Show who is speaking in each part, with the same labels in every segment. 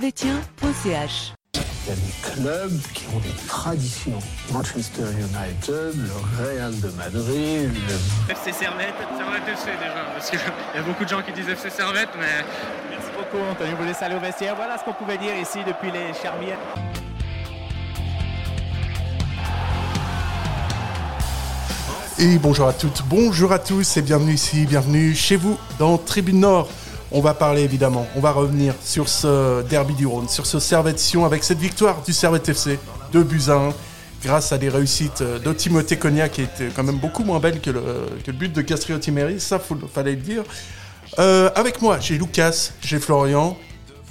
Speaker 1: servetien.ch
Speaker 2: Il y a des clubs qui ont des traditions. Manchester United, le Real de Madrid, le-
Speaker 3: FC Servette. Servette FC déjà, parce qu'il y a beaucoup de gens qui disent FC Servette, mais... Merci beaucoup Anthony, vous laissez aller au vestiaire. Voilà ce qu'on pouvait dire ici depuis les Charmières.
Speaker 4: Et bonjour à toutes, bonjour à tous et bienvenue ici, bienvenue chez vous dans Tribune Nord. On va parler évidemment, on va revenir sur ce derby du Rhône, sur ce Servette Sion avec cette victoire du Servette FC de buts à 1 grâce à des réussites de Timothée Cogna qui était quand même beaucoup moins belle que le, que le but de Castrio Timeri, ça faut- fallait le dire. Euh, avec moi, j'ai Lucas, j'ai Florian.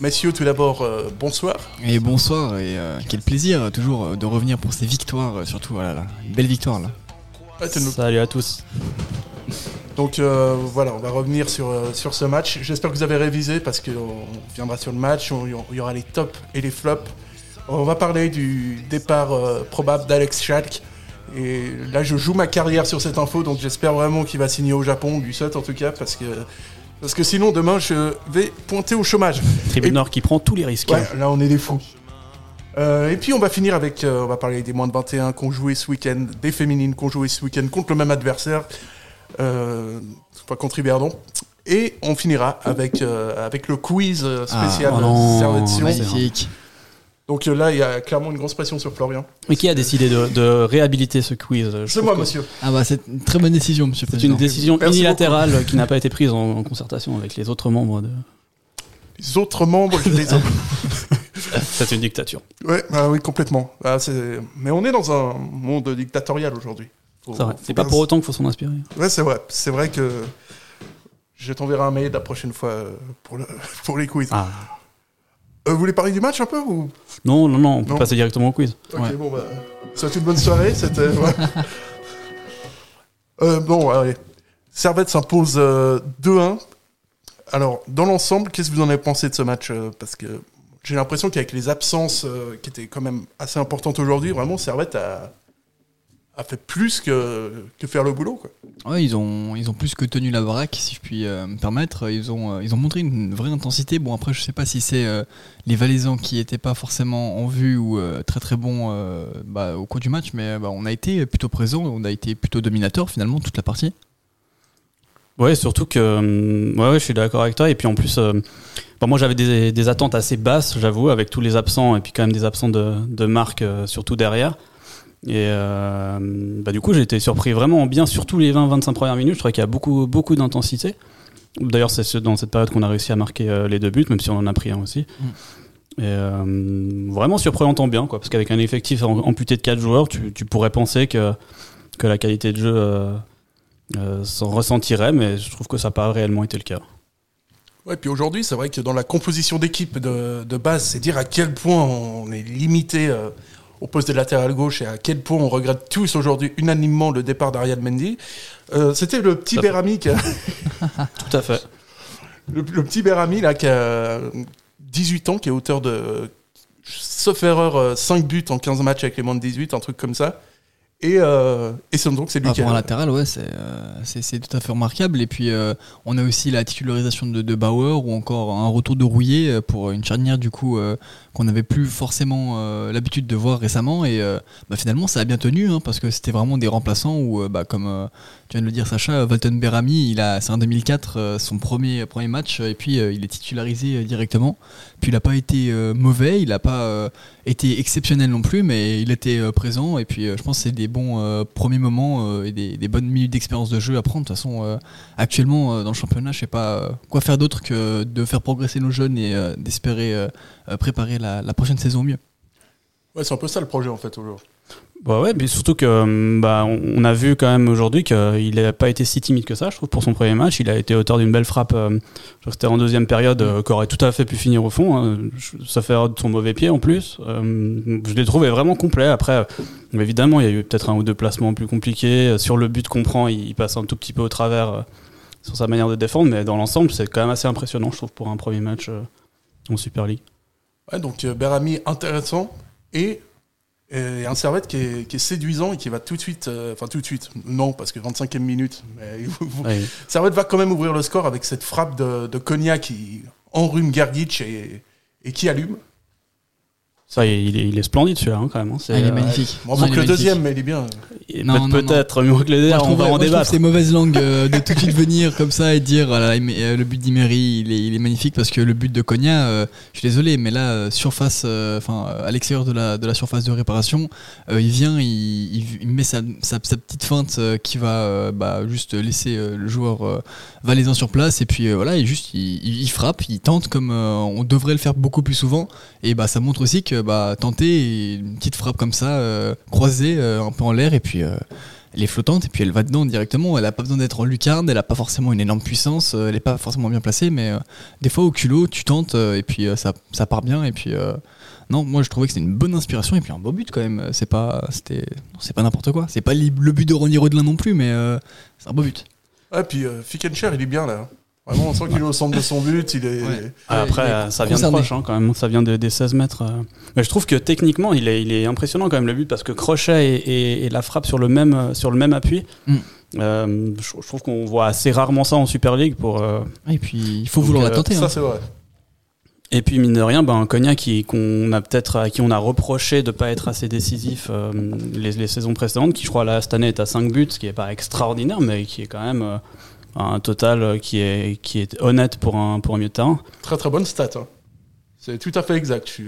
Speaker 4: Messieurs, tout d'abord, euh, bonsoir.
Speaker 5: Et bonsoir, et euh, quel plaisir euh, toujours euh, de revenir pour ces victoires, euh, surtout, voilà, là, une belle victoire là.
Speaker 4: Ah, t'es nous-
Speaker 6: Salut à tous.
Speaker 4: Donc euh, voilà, on va revenir sur, euh, sur ce match. J'espère que vous avez révisé parce qu'on viendra sur le match, on- il y aura les tops et les flops. On va parler du départ euh, probable d'Alex Schalk. Et là, je joue ma carrière sur cette info, donc j'espère vraiment qu'il va signer au Japon, du seul en tout cas, parce que, parce que sinon, demain, je vais pointer au chômage.
Speaker 6: Tribune
Speaker 4: Et-
Speaker 6: Nord qui prend tous les risques.
Speaker 4: Ouais, là, on est des fous. Euh, et puis, on va finir avec. euh, on va parler des moins de 21 qu'on jouait ce week-end, des féminines qu'on jouait ce week-end contre le même adversaire, euh, enfin, contre Iberdon. Et on finira avec, euh, avec le quiz euh, spécial
Speaker 5: Ah, non,
Speaker 4: Servette Sion.
Speaker 5: magnifique.
Speaker 4: Donc euh, là, il y a clairement une grosse pression sur Florian.
Speaker 6: Mais qui a décidé de, de réhabiliter ce quiz Je
Speaker 4: C'est
Speaker 6: trouve
Speaker 4: moi,
Speaker 6: que
Speaker 4: monsieur.
Speaker 5: Ah bah c'est une très bonne décision, monsieur le
Speaker 6: C'est une
Speaker 5: Président.
Speaker 6: décision
Speaker 4: Merci
Speaker 6: unilatérale qui n'a pas été prise en, en concertation avec les autres membres. De...
Speaker 4: Les autres membres, je les ai-
Speaker 6: C'est une dictature.
Speaker 4: Ouais, bah oui, complètement. Ah, c'est- Mais on est dans un monde dictatorial aujourd'hui. Faut-
Speaker 6: C'est vrai.
Speaker 4: faut
Speaker 6: C'est pas
Speaker 4: bien
Speaker 6: pour autant qu'il faut s'en inspirer.
Speaker 4: Ouais, c'est vrai. C'est vrai que je t'enverrai un mail la prochaine fois euh, pour, le- pour les quiz.
Speaker 6: Ah.
Speaker 4: Euh, vous voulez parler du match un peu ou...
Speaker 6: Non, non, non, on peut
Speaker 4: Non.
Speaker 6: passer directement au quiz.
Speaker 4: Ok,
Speaker 6: Ouais.
Speaker 4: bon, bah. Soit une bonne soirée. C'était. ouais. Euh, bon, allez. Servette s'impose euh, 2-1. Alors, dans l'ensemble, qu'est-ce que vous en avez pensé de ce match euh, Parce que j'ai l'impression qu'avec les absences euh, qui étaient quand même assez importantes aujourd'hui, vraiment, Servette a, a fait plus que, que faire le boulot. Quoi.
Speaker 5: Ouais, ils ont, ils ont plus que tenu la baraque, si je puis euh, me permettre. Ils ont, euh, ils ont montré une vraie intensité. Bon, après, je sais pas si c'est euh, les Valaisans qui étaient pas forcément en vue ou euh, très très bons euh, bah, au cours du match, mais euh, bah, on a été plutôt présent, on a été plutôt dominateur finalement toute la partie.
Speaker 6: Ouais, surtout que. euh, Ouais, ouais, je suis d'accord avec toi. Et puis en plus, euh, enfin, moi j'avais des, des attentes assez basses, j'avoue, avec tous les absents et puis quand même des absents de, de marque, euh, surtout derrière. Et euh, bah, du coup, j'ai été surpris vraiment bien, surtout les 20-25 premières minutes. Je trouvais qu'il y a beaucoup, beaucoup d'intensité. D'ailleurs, c'est ce- dans cette période qu'on a réussi à marquer euh, les deux buts, même si on en a pris un aussi. Et euh, vraiment surprenant bien, quoi, parce qu'avec un effectif en- amputé de 4 joueurs, tu, tu pourrais penser que, que la qualité de jeu. euh, euh, s'en ressentirait, mais je trouve que ça n'a pas réellement été le cas.
Speaker 4: Ouais, puis aujourd'hui, c'est vrai que dans la composition d'équipe de, de base, c'est dire à quel point on est limité euh, au poste de latéral gauche et à quel point on regrette tous aujourd'hui unanimement le départ d'Ariane Mendy. Euh, C'était le petit
Speaker 6: Tout à fait.
Speaker 4: Berami, qui a-
Speaker 6: Tout à fait.
Speaker 4: le, le petit Berami là, qui a 18 ans, qui est auteur de, sauf erreur, euh, 5 buts en 15 matchs avec les moins de 18, un truc comme ça. Et, euh, et c'est donc c'est lui
Speaker 5: Par
Speaker 4: qui
Speaker 5: rapport à
Speaker 4: a...
Speaker 5: latéral, ouais, c'est euh, c'est- c'est tout à fait remarquable. Et puis, euh, on a aussi la titularisation de, de Bauer ou encore un retour de Rouillé euh, pour une charnière du coup euh, qu'on n'avait plus forcément euh, l'habitude de voir récemment. Et euh, bah, finalement, ça a bien tenu hein, parce que c'était vraiment des remplaçants où, euh, bah, comme euh, tu viens de le dire, Sacha, Walton Berami, il a- c'est en 2004 euh, son premier, premier match et puis euh, il est titularisé euh, directement. Puis, il n'a pas été euh, mauvais, il n'a pas. euh, était exceptionnel non plus, mais il était euh, présent. Et puis, euh, je pense que c'est des bons euh, premiers moments euh, et des, des bonnes minutes d'expérience de jeu à prendre. De toute façon, euh, actuellement, euh, dans le championnat, je sais pas euh, quoi faire d'autre que de faire progresser nos jeunes et euh, d'espérer euh, euh, préparer la, la prochaine saison au mieux.
Speaker 4: Ouais, c'est un peu ça le projet en fait aujourd'hui.
Speaker 6: Bah ouais, mais surtout que hum, bah, on on a vu quand même aujourd'hui qu'il n'a pas été si timide que ça, je trouve, pour son premier match. Il a été auteur d'une belle frappe, euh, je crois que c'était en deuxième période, euh, qui aurait tout à fait pu finir au fond. hein. Je- Ça fait de son mauvais pied en plus. Euh, je l'ai trouvé vraiment complet. Après, euh, évidemment, il y a eu peut-être un ou deux placements plus compliqués. Euh, Sur le but qu'on prend, il il passe un tout petit peu au travers euh, sur sa manière de défendre, mais dans l'ensemble, c'est quand même assez impressionnant, je trouve, pour un premier match euh, en Super League.
Speaker 4: Ouais, donc euh, Berami intéressant et, euh, et un Servette qui est, qui est séduisant et qui va tout de suite, euh, enfin tout de suite, non parce que 25e minute, mais
Speaker 6: Ouais.
Speaker 4: Servette va quand même ouvrir le score avec cette frappe de, de Konya qui enrhume Gargic et, et qui allume.
Speaker 6: Ça, il est, il est splendide celui-là hein, quand même. hein. C'est,
Speaker 5: Ah, il est
Speaker 6: euh,
Speaker 5: magnifique.
Speaker 4: Bon,
Speaker 5: Non,
Speaker 4: manque
Speaker 5: il est
Speaker 4: le
Speaker 5: magnifique.
Speaker 4: deuxième, mais il est bien.
Speaker 6: il est
Speaker 5: Non,
Speaker 6: peut-
Speaker 5: non, non.
Speaker 6: peut-être mieux que les
Speaker 5: Moi, je
Speaker 6: airs, on
Speaker 5: trouve,
Speaker 6: va en
Speaker 5: moi, je trouve
Speaker 6: débattre.
Speaker 5: ces mauvaises langues euh, de tout de suite venir comme ça et dire ah là, Aimé- euh, le but d'Imery il est, il est magnifique parce que le but de Cogna, euh, je suis désolé, mais là, euh, surface, euh, enfin euh, à l'extérieur de la, de la surface de réparation, euh, il vient, il, il- il met sa, sa- sa petite feinte euh, qui va euh, bah, juste laisser euh, le joueur euh, valaisan sur place et puis euh, voilà, il, juste, il, il- il frappe, il tente comme euh, on devrait le faire beaucoup plus souvent et bah, ça montre aussi que bah, tenter une petite frappe comme ça, euh, croisée euh, un peu en l'air et puis. euh, elle est flottante et puis elle va dedans directement. Elle a pas besoin d'être en lucarne, elle a pas forcément une énorme puissance, euh, elle est pas forcément bien placée, mais euh, des fois au culot, tu tentes euh, et puis euh, ça, ça part bien. Et puis euh, non, moi je trouvais que c'était une bonne inspiration et puis un beau but quand même. Euh, C'est pas, c'était, non, c'est pas n'importe quoi. C'est pas li- le but de Ronny Rodelin non plus, mais euh, c'est un beau but.
Speaker 4: Ah, puis euh, Fickencher, il est bien là. Vraiment, on sent qu'il est au centre de son but. Il est...
Speaker 5: Ouais.
Speaker 6: Ah, Après,
Speaker 5: Il est
Speaker 6: euh, ça vient de
Speaker 5: concerné.
Speaker 6: proche hein, quand même, ça vient de- des 16 mètres. euh. Mais je trouve que techniquement, il est, il est impressionnant quand même le but parce que crochet et, et- et la frappe sur le même, euh, sur le même appui.
Speaker 5: Mm.
Speaker 6: Euh, je, je trouve qu'on voit assez rarement ça en Super League. Pour, euh,
Speaker 5: Et puis il faut
Speaker 6: Donc,
Speaker 5: vouloir
Speaker 6: euh,
Speaker 5: la tenter.
Speaker 4: Ça,
Speaker 5: hein.
Speaker 4: c'est vrai.
Speaker 6: Et puis mine de rien, ben, Konya qui qu'on a peut-être à qui on a reproché de pas être assez décisif euh, les, les saisons précédentes, qui je crois là cette année est à 5 buts, ce qui est pas extraordinaire, mais qui est quand même euh, un total euh, qui est qui est honnête pour un pour un milieu de terrain.
Speaker 4: Très très bonne stat. hein. C'est tout à fait exact. Je suis,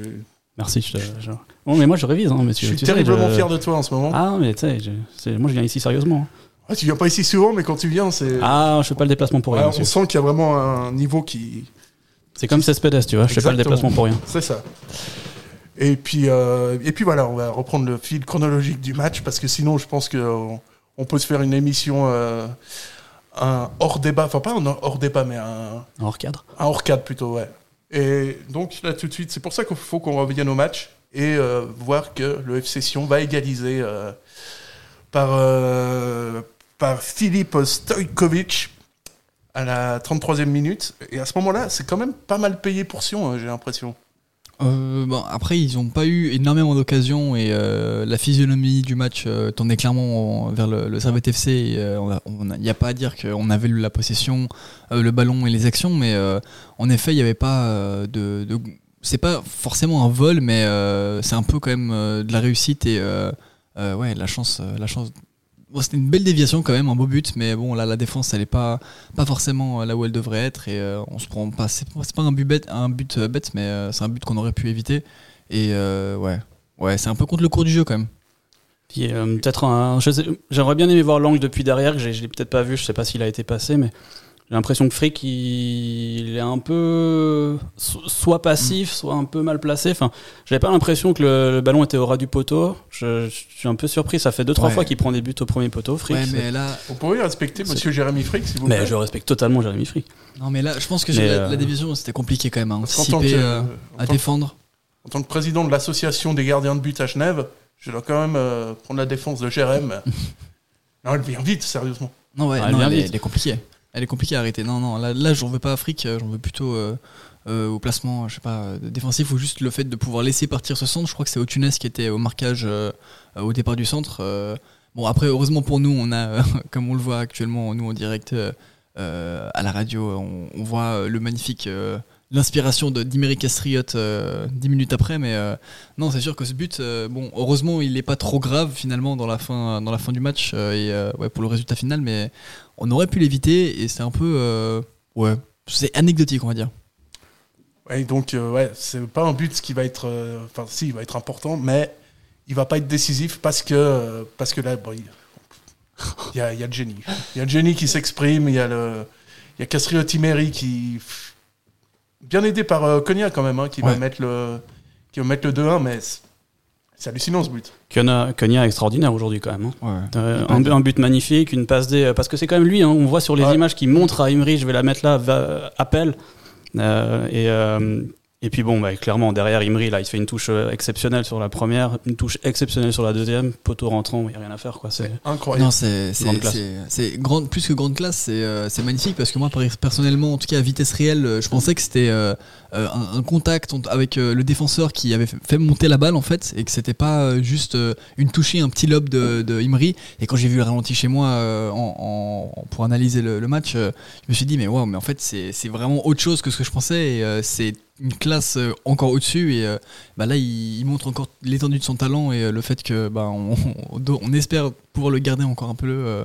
Speaker 6: Merci. Je, te- je- Bon, mais moi je révise, hein,
Speaker 4: je
Speaker 6: monsieur.
Speaker 4: suis
Speaker 6: Tu sais,
Speaker 4: terriblement
Speaker 6: je-
Speaker 4: fier de toi en ce moment.
Speaker 6: Ah mais tu sais, je- c'est- moi je viens ici sérieusement.
Speaker 4: Ah, tu viens pas ici souvent, mais quand tu viens, c'est.
Speaker 6: Ah, je fais pas le déplacement pour rien.
Speaker 4: Ouais, on
Speaker 6: monsieur.
Speaker 4: sent qu'il y a vraiment un niveau qui.
Speaker 6: C'est comme Cespedes, tu vois, je fais pas le
Speaker 4: Exactement.
Speaker 6: déplacement pour rien.
Speaker 4: C'est ça. Et puis, euh, et puis voilà, on va reprendre le fil chronologique du match parce que sinon, je pense qu'on on peut se faire une émission, euh, un hors débat, enfin pas un hors débat, mais un,
Speaker 6: Hors cadre.
Speaker 4: un hors cadre plutôt, ouais. Et donc là tout de suite, c'est pour ça qu'il faut qu'on revienne au match et euh, voir que le FC Sion va égaliser euh, par, euh, par Philippe Stojkovic à la 33e minute. Et à ce moment-là, c'est quand même pas mal payé pour Sion, hein, j'ai l'impression.
Speaker 5: Euh, bon, après, ils n'ont pas eu énormément d'occasions et euh, la physionomie du match euh, tendait clairement en- vers le, le Servette FC. et, euh, on a- on a- Il n'y a, pas à dire qu'on avait eu la possession, euh, le ballon et les actions, mais euh, en effet, il n'y avait pas euh, de. de- c'est pas forcément un vol, mais euh, c'est un peu quand même euh, de la réussite et euh, euh, ouais, la chance. euh, la chance. Bon, c'était une belle déviation quand même, un beau but, mais bon, là, la défense, elle n'est pas, pas forcément euh, là où elle devrait être et euh, on se prend pas. C'est pas c'est pas un but bête, un but euh, bête, mais euh, c'est un but qu'on aurait pu éviter. Et euh, ouais, ouais, c'est un peu contre le cours du jeu quand même.
Speaker 6: Puis euh, peut-être un. je sais- J'aimerais bien aimé voir l'angle depuis derrière, que j'ai- je l'ai peut-être pas vu, je sais pas s'il a été passé, mais j'ai l'impression que Frick, il, il est un peu. so- soit passif,
Speaker 5: Mm.
Speaker 6: soit un peu mal placé. Enfin, j'avais pas l'impression que le, le ballon était au ras du poteau. Je, je suis un peu surpris, ça fait deux, trois
Speaker 5: Ouais.
Speaker 6: fois qu'il prend des buts au premier poteau, Frick.
Speaker 5: ouais, mais là,
Speaker 4: Vous pouvez respecter Monsieur Jérémy Frick, s'il vous plaît.
Speaker 6: Mais je respecte totalement Jérémy Frick.
Speaker 5: non, mais là, je pense que
Speaker 6: Mais,
Speaker 5: sur la,
Speaker 6: euh,
Speaker 5: la division, c'était compliqué quand même à
Speaker 4: Parce qu'en tant
Speaker 5: anticiper,
Speaker 4: que-
Speaker 5: euh,
Speaker 4: en tant
Speaker 5: à
Speaker 4: que-
Speaker 5: défendre.
Speaker 4: en tant que président de l'association des gardiens de but à Genève, je dois quand même euh, prendre la défense de Jérém. non, elle vient vite, sérieusement.
Speaker 5: Non, ouais,
Speaker 6: Ah, elle
Speaker 5: non,
Speaker 6: vient
Speaker 5: elle, est,
Speaker 6: vite.
Speaker 5: elle est compliquée. Elle est compliquée à arrêter. Non, non, là, là j'en veux pas à Afrique, euh, j'en veux plutôt euh, euh, au placement, je sais pas, euh, défensif ou juste le fait de pouvoir laisser partir ce centre. Je crois que c'est Otunes qui était au marquage euh, euh, au départ du centre. euh. bon, après, heureusement pour nous, on a, euh, comme on le voit actuellement, nous en direct euh, euh, à la radio, euh, on, on voit euh, le magnifique. euh, L'inspiration de Dimery Castriot euh, 10 minutes après, mais euh, non, c'est sûr que ce but, euh, bon, heureusement, il n'est pas trop grave finalement dans la fin, dans la fin du match euh, et euh, ouais, pour le résultat final, mais on aurait pu l'éviter et c'est un peu. euh, ouais. C'est anecdotique, on va dire.
Speaker 4: Ouais, donc, euh, ouais, c'est pas un but qui va être. euh, Enfin, si, il va être important, mais il va pas être décisif parce que, euh, parce que là, bon, il il y, a, il y a le génie. Il y a le génie qui s'exprime, il y a le. Il y a Castrillo Timeri qui. Bien aidé par euh, Konya quand même, hein, qui, va
Speaker 5: Ouais.
Speaker 4: mettre le, qui va mettre le 2-1, mais c'est c'est hallucinant ce but.
Speaker 6: Konya Konya extraordinaire aujourd'hui quand même. hein.
Speaker 5: Ouais.
Speaker 6: Euh, un, bu- un but magnifique, une passe D, euh, parce que c'est quand même lui, hein, on voit sur les
Speaker 4: Ouais.
Speaker 6: images qui montre à Imri, je vais la mettre là, va- euh, appel. Euh, et, euh, et puis bon, bah, clairement, derrière Imri, là, il fait une touche euh, exceptionnelle sur la première, une touche exceptionnelle sur la deuxième, poteau rentrant, il n'y a rien à faire. Quoi. C'est,
Speaker 4: Incroyable.
Speaker 5: Non, c'est c'est-
Speaker 6: Grande classe.
Speaker 5: c'est- c'est grande, plus que grande classe, c'est euh, c'est magnifique parce que moi, par- personnellement, en tout cas à vitesse réelle, euh, je pensais que c'était euh, euh, un, un contact ont- avec euh, le défenseur qui avait fait- fait monter la balle en fait et que c'était pas euh, juste euh, une touchée, un petit lob de, de Imri. Et quand j'ai vu le ralenti chez moi euh, en, en- pour analyser le, le match, euh, je me suis dit mais waouh, mais en fait c'est c'est vraiment autre chose que ce que je pensais. et, euh, c'est une classe euh, encore au-dessus et euh, bah là il, il montre encore l'étendue de son talent et euh, le fait que bah, on, on doit- on espère pouvoir le garder encore un peu euh,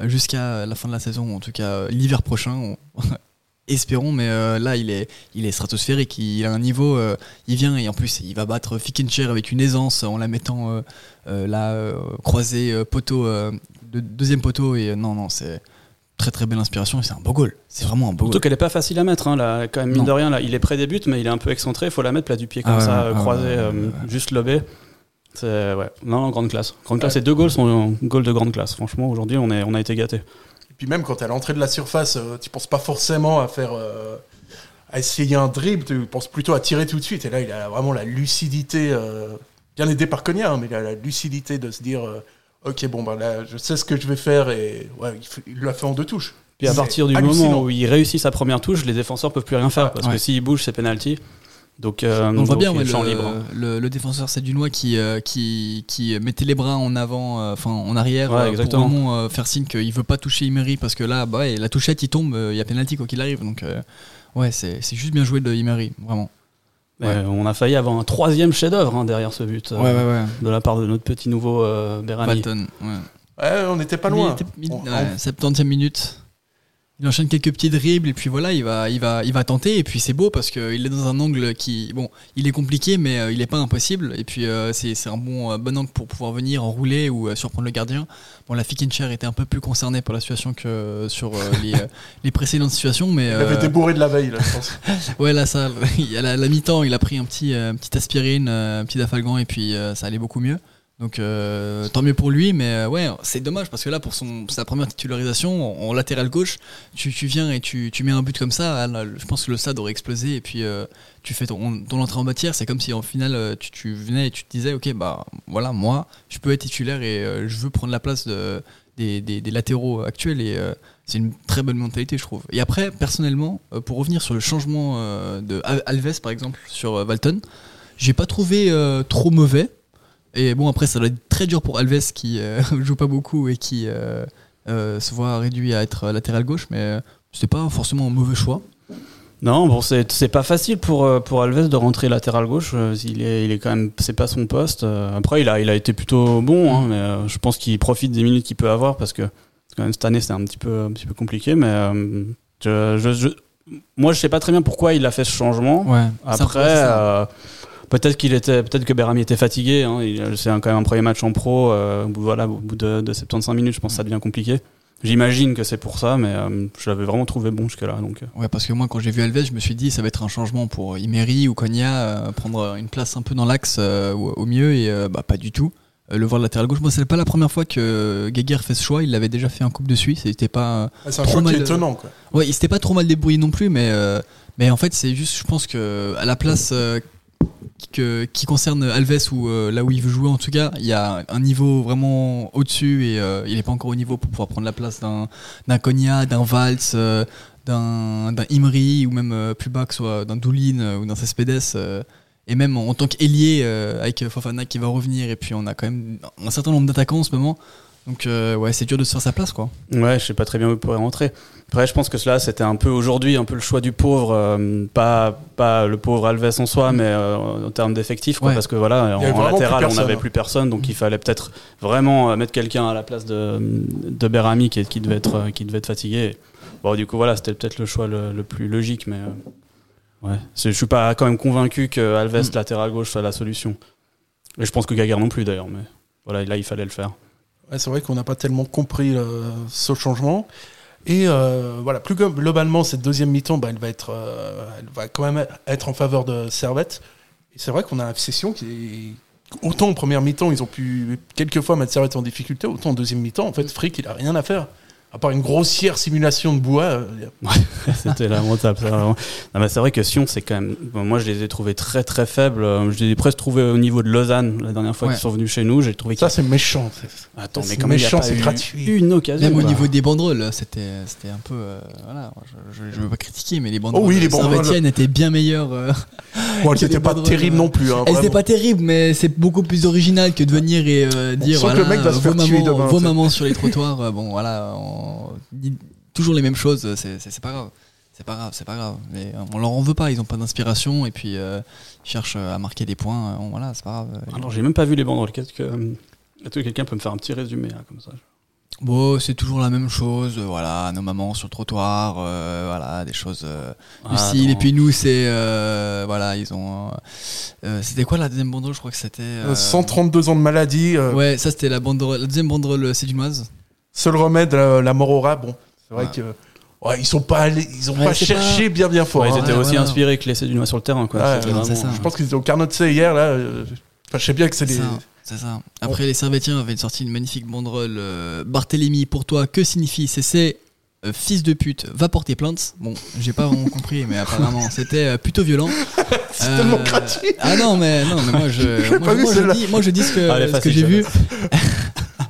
Speaker 5: jusqu'à la fin de la saison ou en tout cas euh, l'hiver prochain on- espérons mais euh, là il est il est stratosphérique il a un niveau euh, il vient et en plus il va battre Fickencher avec une aisance en la mettant euh, euh, là euh, croisée euh, poteau euh, de- deuxième poteau et euh, non non c'est très très belle inspiration et c'est un beau goal c'est vraiment un beau
Speaker 6: Surtout
Speaker 5: goal
Speaker 6: qu'elle n'est pas facile à mettre. Hein, là, quand même, mine
Speaker 5: Non.
Speaker 6: de rien, là, il est près des buts, mais il est un peu excentré. Il faut la mettre plat du pied comme
Speaker 5: Ah ouais,
Speaker 6: ça,
Speaker 5: ouais,
Speaker 6: euh,
Speaker 5: ouais,
Speaker 6: croisée,
Speaker 5: ouais,
Speaker 6: euh,
Speaker 5: ouais, ouais.
Speaker 6: juste lobé. C'est ouais. Non, grande classe. Grande classe. Et deux goals sont euh, goals de grande classe. Franchement, aujourd'hui, on, est, on a été gâtés.
Speaker 4: Et puis même quand t'es à l'entrée de la surface, euh, tu penses pas forcément à faire. euh, à essayer un dribble, tu penses plutôt à tirer tout de suite. Et là, il a vraiment la lucidité, euh, bien aidé par Konya, hein, mais il a la lucidité de se dire euh, Ok, bon, bah là, je sais ce que je vais faire. Et ouais, il f- il l'a fait en deux touches.
Speaker 6: Puis à
Speaker 4: C'est
Speaker 6: partir du
Speaker 4: hallucinant.
Speaker 6: moment où il réussit sa première touche, les défenseurs peuvent plus rien faire parce que
Speaker 5: Ouais.
Speaker 6: s'il bouge, c'est penalty. Donc, euh,
Speaker 5: On le voit
Speaker 6: donc,
Speaker 5: bien,
Speaker 6: il y a
Speaker 5: ouais,
Speaker 6: le champ
Speaker 5: le,
Speaker 6: libre.
Speaker 5: le- le défenseur sédunois qui, euh, qui, qui mettait les bras en avant, euh, enfin en arrière,
Speaker 6: Ouais,
Speaker 5: euh, pour
Speaker 6: exactement.
Speaker 5: vraiment euh, faire signe qu'il veut pas toucher Imeri parce que là, bah, ouais, la touchette, il tombe, euh, il y a pénalty quoi qu'il arrive. Donc, euh, ouais, c'est c'est juste bien joué de Imeri, vraiment.
Speaker 6: Mais on a failli avoir un troisième chef-d'œuvre hein, derrière ce but euh,
Speaker 5: ouais.
Speaker 6: de la part de notre petit nouveau euh, Berani.
Speaker 5: Balton, ouais.
Speaker 4: Ouais, on n'était pas loin.
Speaker 5: Il était- il-
Speaker 4: On-
Speaker 5: ouais, 70e minute. Il enchaîne quelques petits dribbles et puis voilà, il va, il va, il va tenter et puis c'est beau parce qu'il est dans un angle qui, bon, il est compliqué mais euh, il n'est pas impossible et puis euh, c'est c'est un bon, euh, bon angle pour pouvoir venir enrouler ou euh, surprendre le gardien. Bon, la Fickencher était un peu plus concernée par la situation que euh, sur euh, les, euh, les précédentes situations mais
Speaker 4: Il avait
Speaker 5: euh,
Speaker 4: été bourré de la veille, là, je pense.
Speaker 5: ouais là ça, à la, à la mi-temps il a pris un petit, euh, un petit aspirine, euh, un petit dafalgan et puis euh, ça allait beaucoup mieux. Donc euh, tant mieux pour lui, mais euh, ouais, c'est dommage parce que là, pour son, sa première titularisation en, en latéral gauche, tu, tu viens et tu, tu mets un but comme ça, ah, là, je pense que le stade aurait explosé et puis euh, tu fais ton, ton entrée en matière, c'est comme si en finale euh, tu, tu venais et tu te disais, ok, bah voilà, moi, je peux être titulaire et euh, je veux prendre la place de, des, des, des latéraux actuels et euh, c'est une très bonne mentalité, je trouve. Et après, personnellement, euh, pour revenir sur le changement euh, de Al- Alves, par exemple, sur euh, Valton, j'ai pas trouvé euh, trop mauvais. Et bon, après, ça doit être très dur pour Alves qui euh, joue pas beaucoup et qui euh, euh, se voit réduit à être latéral gauche, mais euh, c'était pas forcément un mauvais choix.
Speaker 6: Non, bon, c'est c'est pas facile pour, euh, pour Alves de rentrer latéral gauche. euh, Il est, il est quand même, c'est pas son poste. Euh, Après, il a, il a été plutôt bon, hein, mais euh, je pense qu'il profite des minutes qu'il peut avoir parce que quand même cette année c'est un petit peu, un petit peu compliqué. Mais euh, je, je- je- moi, je sais pas très bien pourquoi il a fait ce changement.
Speaker 5: Ouais,
Speaker 6: Après, euh, peut-être qu'il était, peut-être que Berami était fatigué. hein, il- c'est un- quand même un premier match en pro. euh, au bout- voilà, au bout de, de 75 minutes, je pense que ça devient compliqué. J'imagine que c'est pour ça, mais euh, je l'avais vraiment trouvé bon jusque-là. Donc, euh,
Speaker 5: Ouais, parce que moi, quand j'ai vu Alves, je me suis dit, ça va être un changement pour Imeri ou Konya, euh, prendre une place un peu dans l'axe euh, au au mieux, et euh, bah, pas du tout. Euh, le voir latéral gauche, moi, c'est pas la première fois que Geiger fait ce choix, il l'avait déjà fait en Coupe de Suisse, et c'était pas.
Speaker 4: Ah, C'est un
Speaker 5: Trop
Speaker 4: choix qui
Speaker 5: mal,
Speaker 4: est
Speaker 5: euh,
Speaker 4: étonnant, quoi.
Speaker 5: Ouais, il s'était pas trop mal débrouillé non plus, mais, euh, mais en fait, c'est juste, je pense que à la place euh, que, qui concerne Alves ou euh, là où il veut jouer, en tout cas, il y a un niveau vraiment au-dessus et euh, il est pas encore au niveau pour pouvoir prendre la place d'un d'un Konya, d'un Valls, euh, d'un d'un Imri ou même euh, plus bas que ce soit d'un Doulin euh, ou d'un Cespedes. euh, et même en, en tant qu'ailier euh, avec Fofana qui va revenir, et puis on a quand même un certain nombre d'attaquants en ce moment. Donc euh, ouais, c'est dur de se faire sa place quoi.
Speaker 6: Ouais, je sais pas très bien où il pourrait rentrer. Après, je pense que cela, c'était un peu aujourd'hui, un peu le choix du pauvre, euh, pas, pas le pauvre Alves en soi, mais euh, en termes d'effectifs, quoi,
Speaker 5: Ouais.
Speaker 6: parce que voilà,
Speaker 4: Il y avait
Speaker 6: en, en
Speaker 4: vraiment
Speaker 6: latéral,
Speaker 4: plus
Speaker 6: on
Speaker 4: personne. hein. Mm.
Speaker 6: n'avait plus personne, donc il fallait peut-être vraiment euh, mettre quelqu'un à la place de, de Berami qui, qui, devait être, euh, qui devait être fatigué. Bon, du coup, voilà, c'était peut-être le choix le, le plus logique, mais euh, ouais, C'est- je suis pas quand même convaincu que Alves,
Speaker 5: Mm.
Speaker 6: latéral gauche, soit la solution. Et je pense que Gaguerre non plus d'ailleurs, mais voilà, là, il fallait le faire.
Speaker 4: Ouais, c'est vrai qu'on n'a pas tellement compris euh, ce changement. Et euh, voilà, plus glo- globalement, cette deuxième mi-temps, bah, elle, va être, euh, elle va quand même être en faveur de Servette. Et c'est vrai qu'on a l'impression qui est... Autant en première mi-temps, ils ont pu quelquefois mettre Servette en difficulté, autant en deuxième mi-temps, en fait, Frick, il a rien à faire. À part une grossière simulation de bois. euh, il y a-
Speaker 6: C'était lamentable, ça, vraiment. Non, mais c'est vrai que Sion, c'est quand même. bon, moi, je les ai trouvés très, très faibles. Euh, Je les ai presque trouvés au niveau de Lausanne la dernière fois
Speaker 5: Ouais.
Speaker 6: qu'ils sont venus chez nous. J'ai trouvé
Speaker 4: Ça,
Speaker 6: qu'ils.
Speaker 4: c'est méchant. c'est-
Speaker 6: Attends,
Speaker 4: ça,
Speaker 6: mais
Speaker 4: c'est
Speaker 6: quand même, il y a
Speaker 4: méchant,
Speaker 6: pas
Speaker 4: c'est
Speaker 6: eu
Speaker 4: gratuit.
Speaker 6: Une occasion.
Speaker 5: Même au
Speaker 6: quoi.
Speaker 5: niveau des banderoles, c'était c'était un peu. euh, voilà, je, je, je veux pas critiquer, mais les banderoles
Speaker 4: Oh oui, les
Speaker 5: de Saint-Étienne étaient bien meilleures. euh.
Speaker 4: Bon, qui n'était pas
Speaker 5: Des
Speaker 4: terrible
Speaker 5: banderoles,
Speaker 4: non plus. hein,
Speaker 5: Elles étaient
Speaker 4: vraiment.
Speaker 5: pas terribles, mais c'est beaucoup plus original que de venir et euh, dire.
Speaker 4: sent que
Speaker 5: voilà,
Speaker 4: le mec va se
Speaker 5: euh,
Speaker 4: faire
Speaker 5: vos
Speaker 4: tuer
Speaker 5: mamans-
Speaker 4: demain,
Speaker 5: vos
Speaker 4: tu sais.
Speaker 5: mamans sur les trottoirs, euh, bon, voilà, on dit toujours les mêmes choses, c'est c'est- c'est pas grave. C'est pas grave, c'est pas grave. Mais euh, on leur en veut pas, ils ont pas d'inspiration et puis euh, ils cherchent euh, à marquer des points. euh, bon, voilà, c'est pas grave.
Speaker 6: Alors, Ah j'ai même pas vu les banderoles. Qu'est-ce que. euh, Est-ce que quelqu'un peut me faire un petit résumé, là, comme ça
Speaker 5: Bon, c'est toujours la même chose. euh, voilà, nos mamans sur le trottoir, euh, voilà, des choses euh, du
Speaker 6: Ah,
Speaker 5: style. Et
Speaker 6: non.
Speaker 5: puis nous, c'est euh, voilà, ils ont. euh, euh, c'était quoi la deuxième banderole Je crois que c'était. euh,
Speaker 4: 132 ans de maladie, euh,
Speaker 5: Ouais, ça c'était la banderole. La deuxième banderole, euh, c'est du noise.
Speaker 4: seul remède, euh, la mort au rat. Bon, c'est vrai
Speaker 5: Ouais.
Speaker 4: que. Ouais, ils sont pas allés, ils ont
Speaker 5: Ouais,
Speaker 4: pas
Speaker 5: c'est
Speaker 4: cherché bien bien fort.
Speaker 6: Ouais,
Speaker 4: hein.
Speaker 6: Ils étaient
Speaker 5: ouais,
Speaker 6: aussi
Speaker 5: ouais.
Speaker 6: inspirés que l'essai du noix sur le terrain, quoi.
Speaker 4: Ouais,
Speaker 6: C'était
Speaker 5: non, c'est
Speaker 6: vraiment-
Speaker 5: ça.
Speaker 4: Je pense qu'ils étaient au carnot de C hier, là. euh, Enfin, je sais bien que c'est
Speaker 5: C'est
Speaker 4: des.
Speaker 5: ça, c'est ça. Après, les Servetiens avaient sorti une magnifique banderole. euh, Barthélemy, pour toi, que signifie CC euh, Fils de pute, va porter plainte. Bon, j'ai pas vraiment compris, mais apparemment, c'était euh, plutôt violent.
Speaker 4: C'est
Speaker 5: Euh,
Speaker 4: tellement gratuit.
Speaker 5: Ah non, mais, non, mais moi, je, moi,
Speaker 4: pas
Speaker 5: je-
Speaker 4: vu,
Speaker 5: moi, je
Speaker 4: celle-là.
Speaker 5: dis, moi, je dis ce que,
Speaker 6: Ah, elle est
Speaker 5: ce
Speaker 6: facile,
Speaker 5: que j'ai vu.
Speaker 6: celle-là.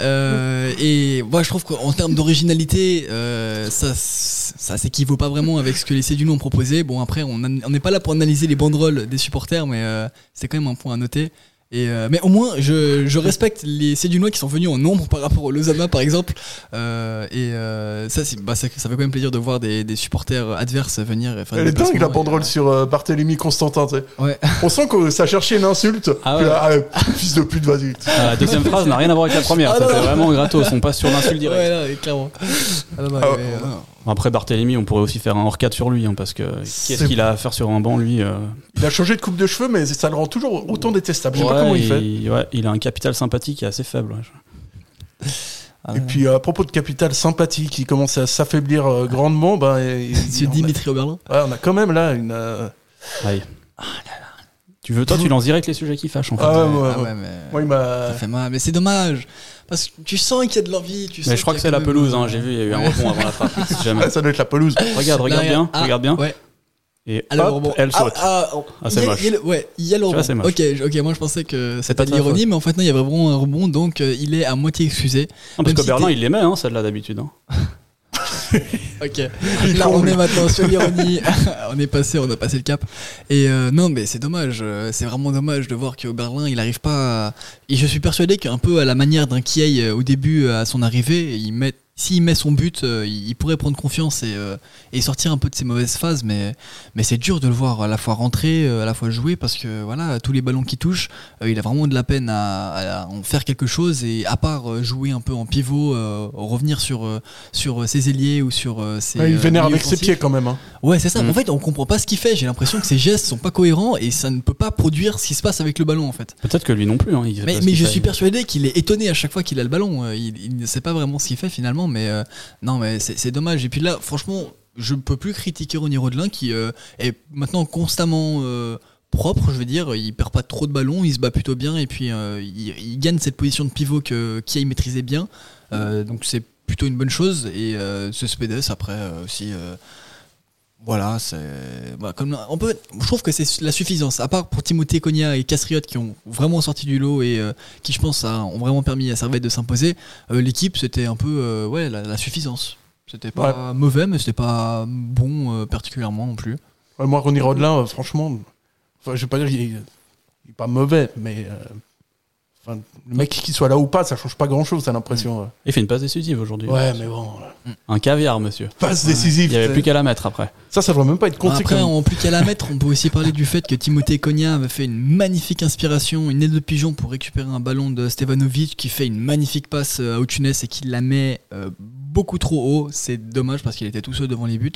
Speaker 5: Euh, et moi, je trouve qu'en termes d'originalité, euh, ça, ça s'équivaut pas vraiment avec ce que les Cédules ont proposé. Bon, après, on an- on n'est pas là pour analyser les banderoles des supporters, mais euh, c'est quand même un point à noter. Et euh, mais au moins, je, je respecte les Cédunois qui sont venus en nombre par rapport aux Lausannois, par exemple. Euh, et euh, ça, c'est- bah, ça, ça fait quand même plaisir de voir des, des supporters adverses venir. et faire
Speaker 4: Elle
Speaker 5: des
Speaker 4: est dingue la
Speaker 5: déplacements.
Speaker 4: banderole sur euh, Barthélemy Constantin. tu sais.
Speaker 5: Ouais.
Speaker 4: On sent que ça cherchait une insulte.
Speaker 6: Ah
Speaker 4: Puis
Speaker 6: ouais.
Speaker 4: là, ah, euh, fils de pute, vas-y.
Speaker 6: Ah, la deuxième phrase n'a rien à voir avec la première.
Speaker 5: Ah,
Speaker 6: ça,
Speaker 5: non,
Speaker 6: c'est
Speaker 5: non.
Speaker 6: vraiment gratos. On passe sur l'insulte directe.
Speaker 5: Ouais, là, clairement. Ah, non, non,
Speaker 4: Ah,
Speaker 5: mais,
Speaker 4: ouais.
Speaker 5: euh, non.
Speaker 6: Après Barthélemy, on pourrait aussi faire un hors 4 sur lui, hein, parce que qu'est-ce
Speaker 4: C'est-
Speaker 6: qu'il a à faire sur un banc, lui euh,
Speaker 4: Il a changé de coupe de cheveux, mais ça le rend toujours autant détestable. Je sais
Speaker 6: ouais,
Speaker 4: pas comment il fait.
Speaker 6: il, ouais, il a un capital sympathique et assez faible. ouais.
Speaker 5: Ah,
Speaker 4: Et
Speaker 5: ouais.
Speaker 4: puis à propos de Capital Sympathie qui commençait à s'affaiblir euh, grandement, ben, et- et-
Speaker 5: Monsieur
Speaker 4: on, a,
Speaker 5: Dimitri Oberlin
Speaker 4: ouais, on a quand même là une. euh,
Speaker 6: Aïe.
Speaker 5: Ah
Speaker 6: Tu veux, toi, tu lances direct les sujets qui fâchent, en fait.
Speaker 4: Ah ouais, ouais,
Speaker 5: Ah
Speaker 4: ouais.
Speaker 5: ouais, mais
Speaker 4: Moi, il m'a.
Speaker 5: ça fait mal. Mais c'est dommage. Parce que tu sens qu'il y a de l'envie. tu
Speaker 6: Mais
Speaker 5: sens
Speaker 6: je crois
Speaker 5: qu'il
Speaker 6: que
Speaker 5: y
Speaker 6: c'est
Speaker 5: a
Speaker 6: la
Speaker 5: quand
Speaker 6: pelouse,
Speaker 5: même,
Speaker 6: hein, j'ai vu, il y a eu un
Speaker 5: Ouais.
Speaker 6: rebond avant la frappe. si jamais.
Speaker 4: Ah, ça doit être la pelouse.
Speaker 6: Regarde, regarde
Speaker 5: Là,
Speaker 6: bien,
Speaker 5: ah,
Speaker 6: regarde bien.
Speaker 5: Ouais.
Speaker 6: Et
Speaker 5: Alors,
Speaker 6: hop,
Speaker 5: bon.
Speaker 6: elle
Speaker 5: Ah,
Speaker 6: saute.
Speaker 5: Ah,
Speaker 6: Ah, c'est
Speaker 5: il y a-
Speaker 6: moche.
Speaker 5: il y a le- ouais, il y a le
Speaker 6: vois,
Speaker 5: rebond.
Speaker 6: c'est moche.
Speaker 5: Ok, je- ok, moi je pensais que
Speaker 6: pas
Speaker 5: c'était de
Speaker 6: de ta
Speaker 5: l'ironie, mais en fait, non, il y a vraiment un rebond, donc euh, il est à moitié excusé.
Speaker 6: Non, parce
Speaker 5: même
Speaker 6: que
Speaker 5: si
Speaker 6: Berlin,
Speaker 5: t'es-
Speaker 6: il les met, hein, celle-là, d'habitude. hein.
Speaker 5: Ok.
Speaker 4: Il
Speaker 5: Là, on
Speaker 4: comble.
Speaker 5: est maintenant sur l'ironie. on est passé, on a passé le cap. Et euh, non, mais c'est dommage. euh, C'est vraiment dommage de voir qu'au Berlin, il n'arrive pas. à- Et je suis persuadé qu'un peu à la manière d'un Kiei euh, au début, euh, à son arrivée, il met. S'il met son but, euh, il il pourrait prendre confiance et, euh, et sortir un peu de ses mauvaises phases, mais, mais c'est dur de le voir à la fois rentrer, euh, à la fois jouer, parce que voilà, tous les ballons qui touchent, euh, il a vraiment de la peine à, à en faire quelque chose, et à part euh, jouer un peu en pivot, euh, revenir sur, euh, sur euh, ses ailiers ou sur euh, ses.
Speaker 4: Ouais, il
Speaker 5: euh,
Speaker 4: vénère
Speaker 5: milieux
Speaker 4: avec ses
Speaker 5: offensifs.
Speaker 4: pieds quand même. hein.
Speaker 5: Ouais, c'est ça.
Speaker 6: Mm.
Speaker 5: En fait, on comprend pas ce qu'il fait. J'ai l'impression que ses gestes sont pas cohérents et ça ne peut pas produire ce qui se passe avec le ballon en fait.
Speaker 6: Peut-être que lui non plus. hein, il sait
Speaker 5: Mais,
Speaker 6: pas ce
Speaker 5: mais
Speaker 6: qu'il
Speaker 5: je
Speaker 6: fait.
Speaker 5: suis persuadé qu'il est étonné à chaque fois qu'il a le ballon. Euh, Il, il ne sait pas vraiment ce qu'il fait finalement, mais euh, non, mais c'est c'est dommage. Et puis là, franchement, je ne peux plus critiquer Ronny Rodelin qui euh, est maintenant constamment euh, propre, je veux dire. Il perd pas trop de ballons, il se bat plutôt bien et puis euh, il, il gagne cette position de pivot que qui maîtrisait bien. Euh, donc c'est plutôt une bonne chose. Et euh, ce Spedes après euh, aussi. euh, voilà, c'est. voilà, comme on peut, je trouve que c'est la suffisance. À part pour Timothée Cogna et Castriot qui ont vraiment sorti du lot et euh, qui, je pense, a- ont vraiment permis à Servette de s'imposer, euh, l'équipe, c'était un peu euh, ouais, la, la suffisance. C'était pas mauvais, mais c'était pas bon euh, particulièrement non plus.
Speaker 4: Ouais, moi, Ronny Rodelin, euh, franchement, enfin, je vais pas dire qu'il est, il est pas mauvais, mais euh, enfin, le mec qui soit là ou pas, ça change pas grand chose, t'as
Speaker 5: Mm.
Speaker 4: l'impression. euh.
Speaker 6: Il fait une passe décisive aujourd'hui.
Speaker 4: Ouais, mais bon,
Speaker 6: Un caviar, monsieur.
Speaker 4: passe
Speaker 6: Il
Speaker 4: décisive.
Speaker 6: n'y avait
Speaker 4: t'sais.
Speaker 6: plus qu'à la mettre après.
Speaker 4: Ça, ça devrait même pas être compté
Speaker 5: Après,
Speaker 4: comme-
Speaker 5: en plus qu'à la mettre, on peut aussi parler du fait que Timothée Cogna avait fait une magnifique inspiration, une aide de pigeon pour récupérer un ballon de Stevanovic qui fait une magnifique passe euh, à Otunes et qui la met euh, beaucoup trop haut. C'est dommage parce qu'il était tout seul devant les buts.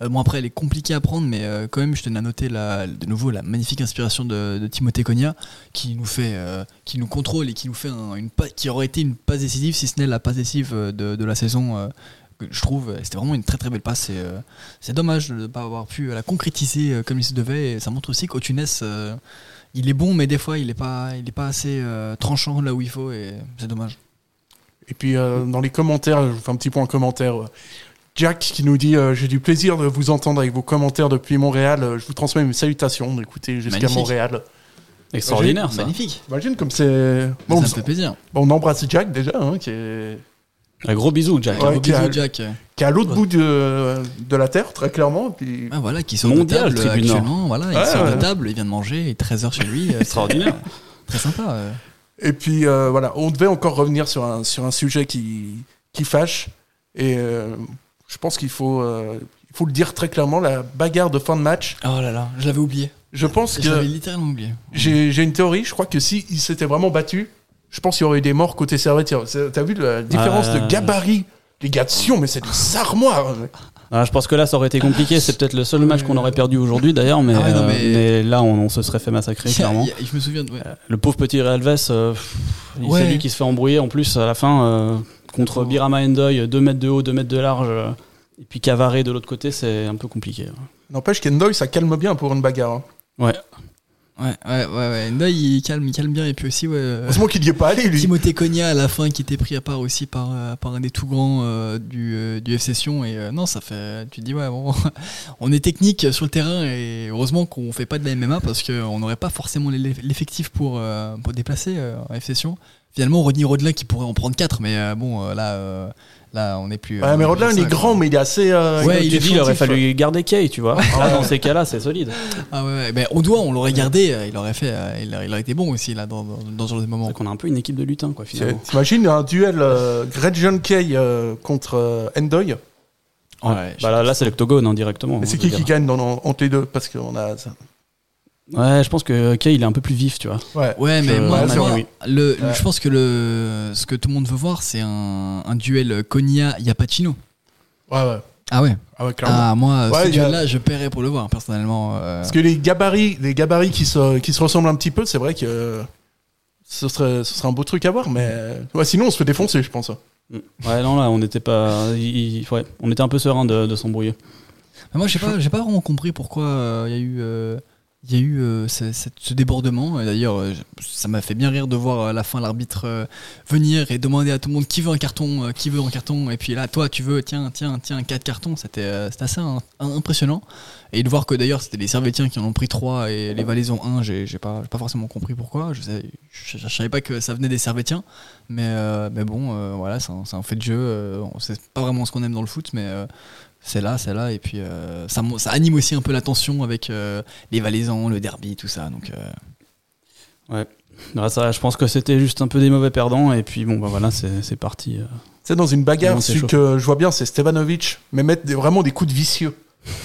Speaker 5: Euh, bon, après, elle est compliquée à prendre, mais euh, quand même, je tenais à noter la, de nouveau la magnifique inspiration de, de Timothée Cogna qui nous fait, euh, qui nous contrôle et qui nous fait un- une pa- qui aurait été une passe décisive si ce n'est la passe décisive euh, de, de la saison. euh, que je trouve, euh, c'était vraiment une très très belle passe. et, euh, c'est dommage de ne pas avoir pu euh, la concrétiser euh, comme il se devait. Et ça montre aussi qu'au Tunis, euh, il est bon, mais des fois, il n'est pas, il est pas assez euh, tranchant là où il faut. Et c'est dommage.
Speaker 4: Et puis euh, dans les commentaires, je vous fais un petit point en commentaire. euh, Jack qui nous dit euh, J'ai du plaisir de vous entendre avec vos commentaires depuis Montréal. Euh, Je vous transmets mes salutations d'écouter jusqu'à
Speaker 5: Magnifique.
Speaker 4: Montréal.
Speaker 6: Extraordinaire, ça.
Speaker 5: Magnifique.
Speaker 4: Imagine comme c'est. Ah. Bon,
Speaker 5: ça
Speaker 4: on,
Speaker 5: me fait plaisir.
Speaker 4: on embrasse Jack déjà, hein, qui est,
Speaker 6: Un gros bisou, Jack.
Speaker 4: Ouais,
Speaker 5: Gros
Speaker 4: qui a-
Speaker 5: bisous, Jack. euh,
Speaker 4: qui est à l'autre
Speaker 5: Ouais.
Speaker 4: bout de, de la terre, très clairement. Puis...
Speaker 5: Ah, voilà, qui sort
Speaker 6: Mondial,
Speaker 5: de table
Speaker 6: Tribune Nord.
Speaker 5: actuellement. Voilà, il
Speaker 4: Ouais,
Speaker 5: sort
Speaker 4: ouais.
Speaker 5: de table, il vient de manger, et 13h chez lui. euh, c'est
Speaker 6: Extraordinaire.
Speaker 5: très sympa. euh.
Speaker 4: Et puis euh, voilà, on devait encore revenir sur un, sur un sujet qui, qui fâche. Et euh, je pense qu'il faut, euh, il faut le dire très clairement, la bagarre de fin de match.
Speaker 5: Oh là là, je l'avais oublié.
Speaker 4: Je pense
Speaker 5: Je l'avais
Speaker 4: que
Speaker 5: littéralement oublié.
Speaker 4: j'ai j'ai une théorie. Je crois que si il s'était vraiment battu, je pense qu'il y aurait eu des morts côté Servette. C'est- T'as vu la différence
Speaker 6: Ah.
Speaker 4: de gabarit Les gars de Sion, mais c'est des armoires.
Speaker 6: Ah, je pense que là, ça aurait été compliqué. C'est peut-être le seul match qu'on aurait perdu aujourd'hui, d'ailleurs, mais,
Speaker 5: Ah ouais, non,
Speaker 6: euh,
Speaker 5: mais-
Speaker 6: mais là, on, on se serait fait massacrer, clairement.
Speaker 5: Il y a- il y a- je me souviens de. ouais.
Speaker 6: Le pauvre petit Realves, euh, pff, il-
Speaker 5: Ouais.
Speaker 6: c'est lui qui se fait embrouiller en plus à la fin euh, contre
Speaker 5: Oh.
Speaker 6: Birama Endoy, 2 mètres de haut, 2 mètres de large. euh, et puis Cavaré de l'autre côté, c'est un peu compliqué.
Speaker 4: N'empêche qu'Endoy, ça calme bien pour une bagarre. hein.
Speaker 6: Ouais.
Speaker 5: Ouais, ouais, ouais. ouais. Ndoye, il calme, il calme bien. Et puis aussi, ouais. euh,
Speaker 4: Heureusement qu'il n'y est pas allé, lui.
Speaker 5: Timothée Cogna à la fin qui était pris à part aussi par, euh, par un des tout grands euh, du, euh, du FC Sion et euh, non ça fait tu te dis ouais bon on est technique sur le terrain et heureusement qu'on fait pas de la MMA parce qu'on n'aurait pas forcément l'é- l'effectif pour, euh, pour déplacer euh, un FC Sion finalement Rodney Rodelin qui pourrait en prendre 4 mais euh, bon euh, là euh, là on n'est plus euh,
Speaker 4: Ouais,
Speaker 5: on
Speaker 4: mais
Speaker 5: est plus
Speaker 4: Rodelin,
Speaker 5: à
Speaker 4: il
Speaker 5: ça,
Speaker 4: est grand,
Speaker 5: quoi.
Speaker 4: mais il est assez. euh,
Speaker 5: Ouais,
Speaker 6: Tu
Speaker 5: il est
Speaker 6: dis, il aurait
Speaker 5: fautif,
Speaker 6: fallu garder Kay, tu vois. Là, dans ces cas-là, c'est solide.
Speaker 5: ah ouais, ouais, ben, on doit on l'aurait gardé euh, il aurait fait euh, il, aurait, il aurait été bon aussi là dans, dans, dans ce genre de moment
Speaker 6: Donc on a un peu une équipe de lutin, quoi,
Speaker 4: c'est-
Speaker 6: finalement.
Speaker 4: T'imagines un duel euh, John Kay euh, contre euh, Endoy
Speaker 5: Ouais,
Speaker 6: Ouais. Bah là, là, c'est l'octogone, hein, directement.
Speaker 4: Mais
Speaker 6: hein,
Speaker 4: c'est
Speaker 6: je
Speaker 4: qui
Speaker 6: veux
Speaker 4: qui
Speaker 6: dire.
Speaker 4: gagne dans, dans- entre les deux Parce qu'on a. ça-
Speaker 6: Ouais, je pense que Kay, il est un peu plus vif, tu vois.
Speaker 4: Ouais.
Speaker 5: Ouais,
Speaker 6: Je-
Speaker 5: mais moi,
Speaker 6: ouais, c'est
Speaker 5: moi,
Speaker 6: vrai,
Speaker 5: le, le-
Speaker 4: Ouais.
Speaker 5: je pense que le, ce que tout le monde veut voir, c'est un, un duel Konya-Yapacino.
Speaker 4: Ouais, ouais.
Speaker 5: Ah ouais
Speaker 4: Ah ouais, clairement.
Speaker 5: Ah, moi,
Speaker 4: Ouais,
Speaker 5: ce
Speaker 4: il y a-
Speaker 5: duel-là, je paierais pour le voir, personnellement. euh.
Speaker 4: Parce que les gabarits, les gabarits qui, se, qui se ressemblent un petit peu, c'est vrai que euh, ce serait, ce serait un beau truc à voir, mais euh, ouais, sinon on se fait défoncer, je pense.
Speaker 6: Ouais, non, là, on était pas. il- il- ouais, on était un peu serein de, de s'embrouiller.
Speaker 5: Mais moi, j'ai pas, j'ai pas vraiment compris pourquoi euh, il y a eu, euh, il y a eu euh, ce, cette- ce débordement. Et D'ailleurs, euh, je- ça m'a fait bien rire de voir euh, à la fin l'arbitre euh, venir et demander à tout le monde qui veut un carton, euh, qui veut un carton. Et puis là, toi, tu veux, tiens, tiens, tiens, quatre cartons. C'était euh, c'était assez im- im- impressionnant. Et de voir que d'ailleurs, c'était les Servétiens qui en ont pris trois et les Valaisans un. J'ai j'ai pas, j'ai pas forcément compris pourquoi. Je, sais- je, je savais pas que ça venait des Servétiens. Mais, euh, mais bon, euh, voilà, c'est un, c'est un fait de jeu. euh, on- c'est pas vraiment ce qu'on aime dans le foot, mais. euh, c'est là, c'est là, et puis euh, ça, mo- ça anime aussi un peu la tension avec euh, les Valaisans, le derby, tout ça. Donc, euh,
Speaker 6: Ouais, ça, je pense que c'était juste un peu des mauvais perdants, et puis bon, bah voilà, c'est c'est parti. euh.
Speaker 4: C'est dans une bagarre,
Speaker 6: Non, c'est
Speaker 4: celui
Speaker 6: chaud.
Speaker 4: que je vois bien, c'est Stevanovic, mais mettre des- vraiment des coups de vicieux. tu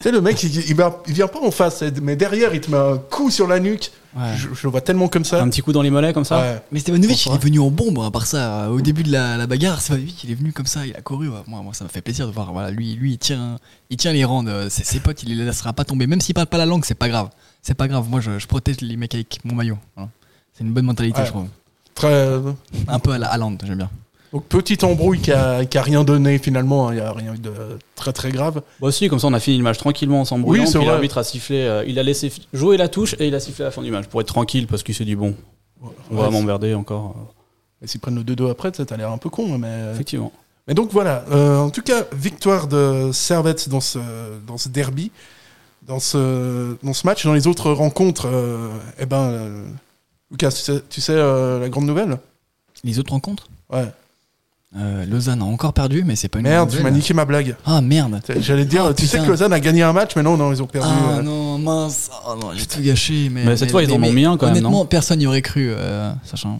Speaker 4: sais, le mec, il, il va- il vient pas en face, mais derrière, il te met un coup sur la nuque. Je, je le vois tellement comme ça.
Speaker 6: Un petit coup dans les mollets, comme ça
Speaker 4: Ouais.
Speaker 5: Mais Stevanovic, il
Speaker 4: François.
Speaker 5: est venu en bombe, à part ça. euh, Au début de la, la bagarre, Stevanovic, il est venu comme ça, il a couru. ouais. Moi, moi ça m'a fait plaisir de voir. Voilà, lui, lui il, tient, il tient les rangs. de ses, ses potes, il les laissera pas tomber. Même s'il parle pas la langue, c'est pas grave. C'est pas grave. Moi, je, je protège les mecs avec mon maillot. Voilà. C'est une bonne mentalité,
Speaker 4: Ouais.
Speaker 5: je trouve.
Speaker 4: Très-
Speaker 5: Un peu à la Haaland, j'aime bien.
Speaker 4: donc, petite embrouille qui a, qui a rien donné finalement, hein, il y a rien eu de très très grave.
Speaker 6: Bah si, comme ça, on a fini le match tranquillement, en s'embrouillant,
Speaker 4: Oui, c'est
Speaker 6: puis
Speaker 4: vrai.
Speaker 6: l'arbitre a sifflé, euh, il a laissé fi- jouer la touche, et il a sifflé à la fin du match, pour être tranquille, parce qu'il s'est dit, bon, on va
Speaker 4: Ouais,
Speaker 6: m'emmerder encore. euh,
Speaker 4: c'est- S'ils prennent le 2-2 après, ça a l'air un peu con, hein, mais euh,
Speaker 6: Effectivement.
Speaker 4: Mais donc voilà, euh, en tout cas, victoire de Servette dans ce, dans ce derby, dans ce, dans ce match. Dans les autres rencontres, euh, eh ben, euh, Lucas, tu sais, tu sais, euh, la grande nouvelle
Speaker 5: Les autres rencontres
Speaker 4: Ouais.
Speaker 5: Euh, Lausanne a encore perdu, mais c'est pas une
Speaker 4: Merde,
Speaker 5: bonne
Speaker 4: tu m'as
Speaker 5: nouvelle.
Speaker 4: niqué ma blague.
Speaker 5: Ah merde.
Speaker 4: J'allais dire,
Speaker 5: Ah,
Speaker 4: tu sais
Speaker 5: putain.
Speaker 4: que Lausanne a gagné un match, mais non, non, ils ont perdu.
Speaker 5: Ah
Speaker 4: euh.
Speaker 5: non, mince, oh non, j'ai tout gâché. Mais,
Speaker 6: Mais cette fois, ils en ont mis un, quand même, non
Speaker 5: Honnêtement, personne n'y aurait cru, euh, sachant.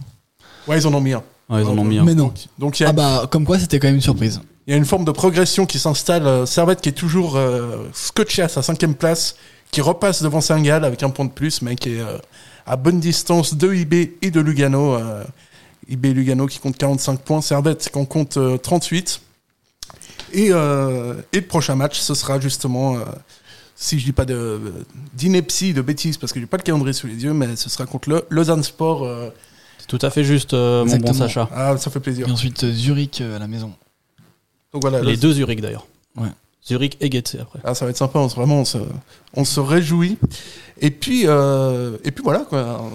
Speaker 4: Ouais, ils en ont mis un.
Speaker 6: Ouais, ils en ont mis un.
Speaker 5: Mais non.
Speaker 4: Donc- Donc il y, a-
Speaker 5: Ah bah, comme quoi, c'était quand même une surprise.
Speaker 4: il y a une forme de progression qui s'installe. Euh, Servette qui est toujours euh, scotché à sa cinquième place, qui repasse devant Saint-Gall avec un point de plus, mais qui est euh, à bonne distance de IB et de Lugano. euh, IB Lugano qui compte 45 points, Servette qui en compte euh, 38. Et, euh, et le prochain match, ce sera justement, euh, si je dis pas de- d'ineptie, de, bêtises, parce que j'ai pas le calendrier sous les yeux, mais ce sera contre le Lausanne Sport. euh,
Speaker 6: C'est tout à fait juste, euh, mon bon
Speaker 5: Exactement.
Speaker 6: Sacha.
Speaker 4: ah, ça fait plaisir.
Speaker 5: Et ensuite, euh, Zurich euh, à la maison.
Speaker 4: Donc voilà,
Speaker 6: Les
Speaker 4: Lausanne-
Speaker 6: deux Zurich, d'ailleurs.
Speaker 5: Ouais.
Speaker 6: Zurich et Getse, après.
Speaker 4: Ah, ça va être sympa, on se, vraiment, on se, on se réjouit. Et puis, euh, et puis voilà, quoi.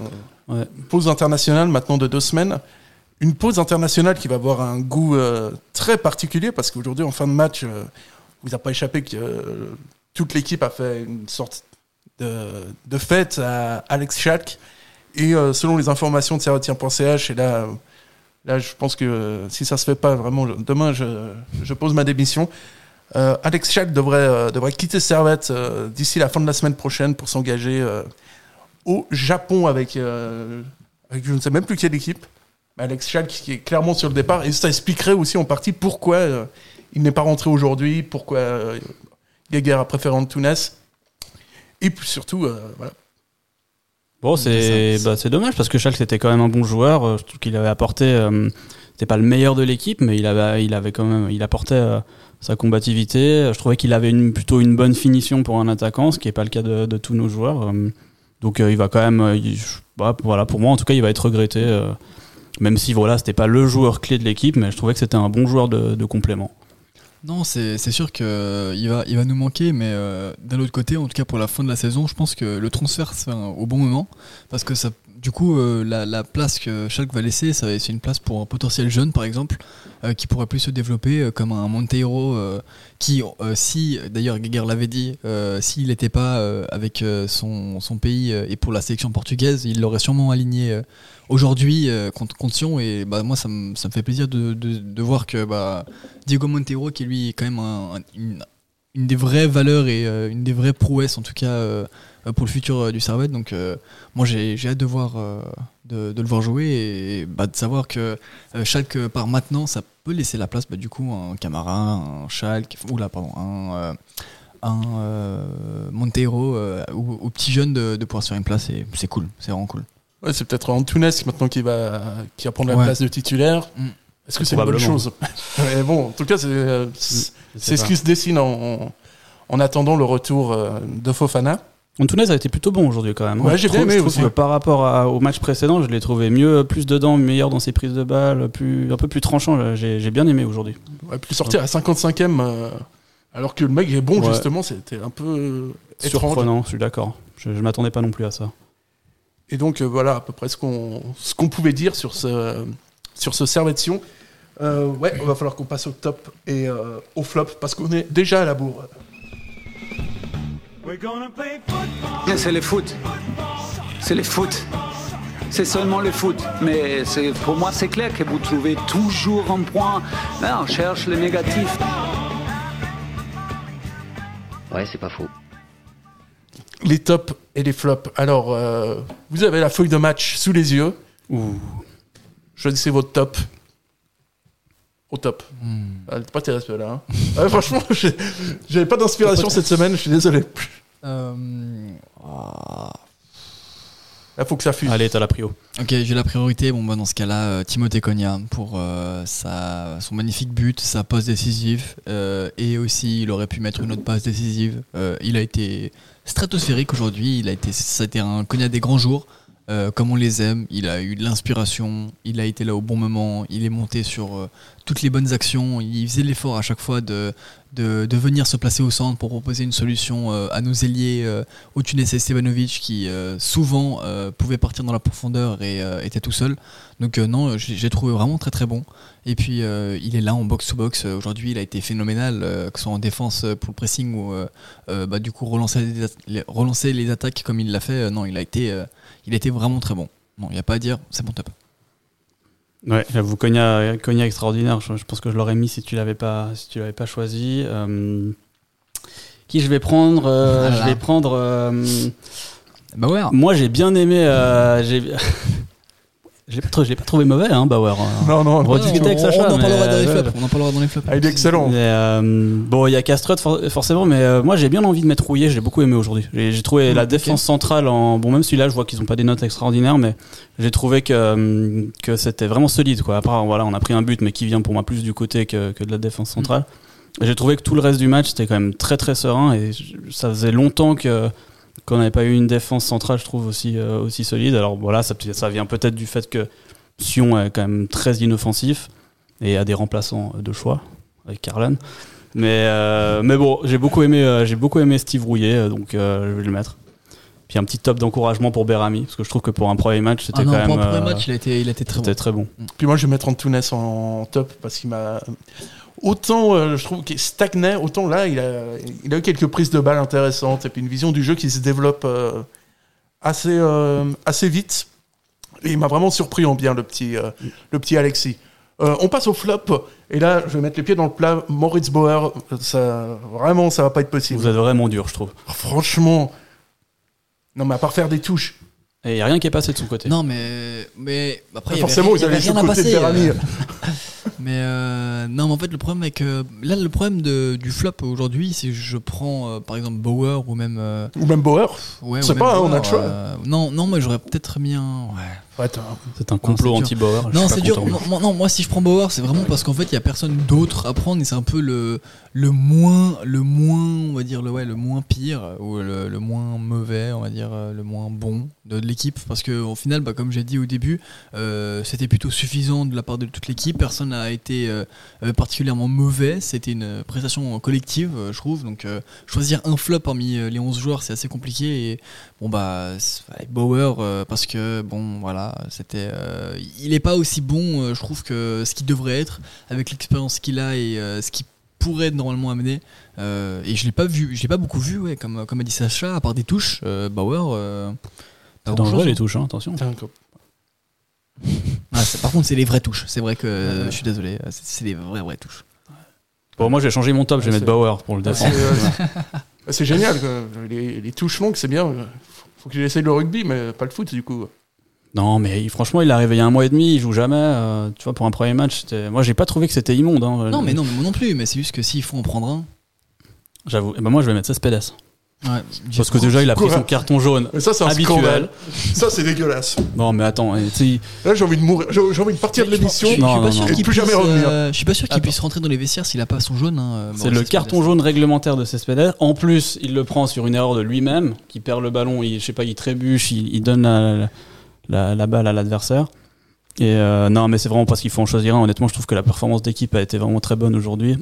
Speaker 6: Ouais.
Speaker 4: Pause internationale maintenant de deux semaines. Une pause internationale qui va avoir un goût euh, très particulier parce qu'aujourd'hui, en fin de match, euh, vous a pas échappé que euh, toute l'équipe a fait une sorte de, de fête à Alex Schalk. Et euh, selon les informations de servetien.ch, et là, euh, là, je pense que euh, si ça se fait pas, vraiment, je- demain, je, je pose ma démission. Euh, Alex Schalk devrait, euh, devrait quitter Servette euh, d'ici la fin de la semaine prochaine pour s'engager euh, au Japon avec, euh, avec je ne sais même plus quelle équipe. Mais Alex Schalk qui est clairement sur le départ et ça expliquerait aussi en partie pourquoi euh, il n'est pas rentré aujourd'hui, pourquoi euh, Gagère a préféré Antunes. Et puis surtout, euh, voilà.
Speaker 6: Bon, c'est bah, c'est dommage parce que Schalke c'était quand même un bon joueur. Euh, Je trouve qu'il avait apporté. euh, c'était pas le meilleur de l'équipe, mais il avait, il avait quand même, il apportait euh, sa combativité. Je trouvais qu'il avait une, plutôt une bonne finition pour un attaquant, ce qui n'est pas le cas de, de tous nos joueurs. Euh, Donc euh, il va quand même, euh, il- je- bah, voilà, pour moi en tout cas, il va être regretté. euh, Même si voilà, c'était pas le joueur clé de l'équipe, mais je trouvais que c'était un bon joueur de, de complément.
Speaker 5: Non, c'est c'est sûr qu'il va, il va nous manquer, mais euh, d'un autre côté, en tout cas pour la fin de la saison, je pense que le transfert se fait un- au bon moment. Parce que ça, du coup, euh, la, la place que Schalke va laisser, ça va- c'est une place pour un potentiel jeune, par exemple, euh, qui pourrait plus se développer, euh, comme un Monteiro, euh, qui, euh, si, d'ailleurs, Geiger l'avait dit, euh, s'il n'était pas euh, avec euh, son, son pays euh, et pour la sélection portugaise, il l'aurait sûrement aligné euh, aujourd'hui euh, contre, contre Sion. Et bah, moi, ça me ça me fait plaisir de, de, de voir que. Bah, Diego Montero, qui lui est quand même un- un- une, une des vraies valeurs et euh, une des vraies prouesses, en tout cas, euh, euh, pour le futur euh, du Servette. Donc, euh, moi, j'ai j'ai hâte de, voir, euh, de, de le voir jouer et, bah, de savoir que euh, Schalke part maintenant, ça peut laisser la place, bah, du coup, à un Camara, un Schalke, oula, pardon, un, euh, un euh, Montero, euh, aux, aux petits jeunes de, de pouvoir se faire une place. et C'est cool, c'est vraiment cool.
Speaker 4: Ouais, c'est peut-être Antunes qui, maintenant qui va, qui va prendre la
Speaker 5: Ouais.
Speaker 4: place de titulaire.
Speaker 5: Mm.
Speaker 4: Est-ce que c'est une bonne
Speaker 6: Probablement.
Speaker 4: chose Mais bon, en tout cas, c'est euh,
Speaker 5: Mm.
Speaker 4: c'est-
Speaker 6: Je sais
Speaker 4: c'est ce
Speaker 6: pas.
Speaker 4: qui se dessine en, en- en attendant le retour euh, de Fofana.
Speaker 6: Antunes a été plutôt bon aujourd'hui quand même. hein.
Speaker 4: Ouais, j'ai
Speaker 6: Je
Speaker 4: bien
Speaker 6: trouve-
Speaker 4: aimé
Speaker 6: je trouve
Speaker 4: aussi.
Speaker 6: que par rapport à- au match précédent, je l'ai trouvé mieux, plus dedans, meilleur dans ses prises de balles, plus, un peu plus tranchant. J'ai j'ai bien aimé aujourd'hui.
Speaker 4: Ouais, puis sortir à 55e, euh, alors que le mec est bon,
Speaker 6: Ouais.
Speaker 4: justement, c'était un peu euh, étrange.
Speaker 6: Surprenant, je suis d'accord. Je, je m'attendais pas non plus à ça.
Speaker 4: Et donc euh, voilà à peu près ce qu'on ce qu'on pouvait dire sur ce sur ce Servetion. Euh, ouais, on va falloir qu'on passe au top et euh, au flop parce qu'on est déjà à la bourre.
Speaker 1: C'est le foot. C'est le foot. C'est seulement le foot. Mais c'est- pour moi, c'est clair que vous trouvez toujours un point. Là, on cherche le négatif.
Speaker 7: Ouais, c'est pas faux.
Speaker 4: Les tops et les flops. Alors euh, vous avez la feuille de match sous les yeux. Choisissez votre top. Au top. Ah, t'as pas tes respects là. hein. Ah, franchement, j'ai- j'avais pas d'inspiration cette semaine, je suis désolé. Là, Ah, faut que ça fuse.
Speaker 6: Allez, t'as la prio.
Speaker 5: Ok, j'ai la priorité. Bon, bah, dans ce cas-là, euh, Timothée Cogna pour euh, sa, son magnifique but, sa passe décisive. euh, et aussi, il aurait pu mettre une autre passe décisive. Euh, il a été stratosphérique aujourd'hui. Il a été, ça a été un Cogna des grands jours, euh, comme on les aime. Il a eu de l'inspiration. Il a été là au bon moment. Il est monté sur euh, toutes les bonnes actions. Il faisait l'effort à chaque fois de, de, de venir se placer au centre pour proposer une solution euh, à nos ailiers. euh, au Tunis et Stevanovic qui euh, souvent euh, pouvait partir dans la profondeur et euh, était tout seul. Donc euh, non, j'ai j'ai trouvé vraiment très très bon. Et puis euh, il est là en box-to-box. Euh, Aujourd'hui, il a été phénoménal, euh, que ce soit en défense euh, pour le pressing ou euh, euh, bah, du coup relancer les, atta- les- relancer les attaques comme il l'a fait. Euh, non, il a été, euh, il a été vraiment très bon. Non, il n'y a pas à dire, c'est mon top.
Speaker 6: Ouais, j'avoue, Cogna, Cogna extraordinaire. Je, je pense que je l'aurais mis si tu l'avais pas, si tu l'avais pas choisi. Euh, qui je vais prendre Euh,
Speaker 5: Voilà.
Speaker 6: Je vais prendre. euh,
Speaker 5: Bah ouais.
Speaker 4: Ah.
Speaker 6: moi, j'ai bien aimé. euh, j'ai- je l'ai pas, trou- je l'ai pas trouvé mauvais, hein, Bauer.
Speaker 4: Non, non,
Speaker 6: On va discuter avec Sacha,
Speaker 5: on en
Speaker 6: mais,
Speaker 5: parlera dans les
Speaker 6: euh,
Speaker 5: flops. On en parlera dans les flops.
Speaker 4: Ah, il est excellent.
Speaker 6: Mais, euh, bon, il y a Castrot for- forcément, mais euh, moi j'ai bien envie de mettre Rouillé, j'ai beaucoup aimé aujourd'hui. J'ai j'ai trouvé la
Speaker 5: ok.
Speaker 6: défense centrale en. Bon, même celui-là, je vois qu'ils n'ont pas des notes extraordinaires, mais j'ai trouvé que, euh, que c'était vraiment solide. Quoi. Après, voilà, on a pris un but, mais qui vient pour moi plus du côté que, que de la défense centrale. J'ai trouvé que tout le reste du match c'était quand même très très serein et je- ça faisait longtemps que qu'on n'avait pas eu une défense centrale, je trouve, aussi, euh, aussi solide. Alors voilà, ça, ça vient peut-être du fait que Sion est quand même très inoffensif et a des remplaçants de choix avec Carlan. Mais, euh, mais bon, j'ai beaucoup, aimé, euh, j'ai beaucoup aimé Steve Rouillet, euh, donc euh, je vais le mettre. Puis un petit top d'encouragement pour Berami, parce que je trouve que pour un premier match, c'était
Speaker 5: Ah non,
Speaker 6: quand
Speaker 5: pour
Speaker 6: même
Speaker 5: un premier
Speaker 6: euh,
Speaker 5: match, il a été, il a été très bon.
Speaker 6: c'était très bon.
Speaker 4: Puis moi, je vais mettre Antunes en top parce qu'il m'a. Autant euh, je trouve qu'il stagnait, autant là, il a, il a eu quelques prises de balles intéressantes et puis une vision du jeu qui se développe euh, assez, euh, assez vite. Et il m'a vraiment surpris en bien, le petit, euh, le petit Alexis. Euh, on passe au flop, et là, je vais mettre les pieds dans le plat. Moritz Bauer, ça, vraiment, ça va pas être possible.
Speaker 6: Vous êtes vraiment dur, je trouve.
Speaker 4: Franchement. Non, mais à part faire des touches.
Speaker 6: Et il n'y a rien qui est passé de son côté.
Speaker 5: Non, mais, mais après, il y
Speaker 4: Ah,
Speaker 5: avait
Speaker 4: forcément,
Speaker 5: rien- il
Speaker 4: ils
Speaker 5: y avait
Speaker 4: avaient
Speaker 5: rien
Speaker 4: le
Speaker 5: à
Speaker 4: côté de
Speaker 5: passer.
Speaker 4: Berami.
Speaker 5: euh. Mais euh, non, mais en fait, le problème avec. euh, là, le problème de- du flop aujourd'hui, c'est que je prends euh, par exemple Bauer ou même. euh,
Speaker 4: Ou même Bauer.
Speaker 5: ouais,
Speaker 4: C'est
Speaker 5: ou
Speaker 4: pas,
Speaker 5: même
Speaker 4: hein, on a
Speaker 5: Bauer,
Speaker 4: le choix.
Speaker 5: euh, non, non, moi j'aurais peut-être mis un. Ouais.
Speaker 4: Attends.
Speaker 6: C'est un complot
Speaker 5: Non, c'est
Speaker 6: anti-Bauer. je
Speaker 5: Non,
Speaker 6: suis
Speaker 5: c'est
Speaker 6: pas
Speaker 5: dur.
Speaker 6: content.
Speaker 5: Moi- moi- non, moi, si je prends Bauer, c'est vraiment parce qu'en fait, il y a personne d'autre à prendre et c'est un peu le, le moins, le moins, on va dire, le, ouais, le moins pire ou le, le moins mauvais, on va dire, euh, le moins bon de, de l'équipe. Parce que au final, bah, comme j'ai dit au début, euh, c'était plutôt suffisant de la part de toute l'équipe. Personne n'a été euh, euh, particulièrement mauvais. C'était une prestation collective, euh, je trouve. Donc, euh, choisir un flop parmi euh, les 11 joueurs, c'est assez compliqué. Et Bon bah c'est- ouais, Bauer euh, parce que bon voilà c'était euh, il est pas aussi bon euh, je trouve que ce qu'il devrait être avec l'expérience qu'il a et euh, ce qu'il pourrait normalement amener Euh, et je l'ai pas vu je l'ai pas beaucoup vu ouais comme comme a dit Sacha à part des touches euh, Bauer euh, pas
Speaker 6: C'est dangereux
Speaker 5: grand-chose.
Speaker 6: les touches, hein, attention.
Speaker 5: Ah, c'est- par contre c'est les vraies touches c'est vrai que euh, je suis désolé euh, c'est c'est les vraies vraies touches
Speaker 6: Bon, moi, j'ai changé mon top, je
Speaker 4: Ouais,
Speaker 5: Ah,
Speaker 6: vais mettre
Speaker 4: c'est-
Speaker 6: Bauer pour le
Speaker 4: C'est
Speaker 6: défendre.
Speaker 4: euh, c'est- c'est génial. quoi. Les, les touches longues, c'est bien. Faut que j'essaye le rugby, mais pas le foot du coup.
Speaker 6: Non, mais il- franchement, il arrive il y a un mois et demi, il joue jamais. euh, tu vois, pour un premier match, c'était- moi, j'ai pas trouvé que c'était immonde. hein.
Speaker 5: non mais non mais moi non plus mais c'est juste que s'il faut en prendre un
Speaker 6: J'avoue. Eh ben, moi, je vais mettre Cespedes.
Speaker 5: ouais,
Speaker 6: Parce que déjà, il a pris son carton jaune.
Speaker 4: Mais ça, c'est un
Speaker 6: Habituel.
Speaker 4: scandale. Ça, c'est dégueulasse.
Speaker 6: Non, mais attends, eh, tu sais,
Speaker 4: Là, j'ai envie de mourir. J'ai j'ai envie de partir de l'émission.
Speaker 5: je suis
Speaker 6: Non, non,
Speaker 5: pas sûr
Speaker 6: non.
Speaker 5: qu'il
Speaker 4: Et plus
Speaker 5: puisse,
Speaker 4: jamais hein. revenir.
Speaker 5: euh, je suis pas sûr qu'il
Speaker 6: Attends.
Speaker 5: puisse rentrer dans les vestiaires s'il a pas son jaune hein,
Speaker 6: c'est
Speaker 5: Maurice
Speaker 6: le
Speaker 5: Cespedes.
Speaker 6: carton jaune réglementaire de Cespedes. En plus, il le prend sur une erreur de lui-même, qui perd le ballon, il, je sais pas, il trébuche, il, il donne la, la- la balle à l'adversaire. Et euh, non, mais c'est vraiment parce qu'il faut en choisir un. Honnêtement, je trouve que la performance d'équipe a été vraiment très bonne aujourd'hui.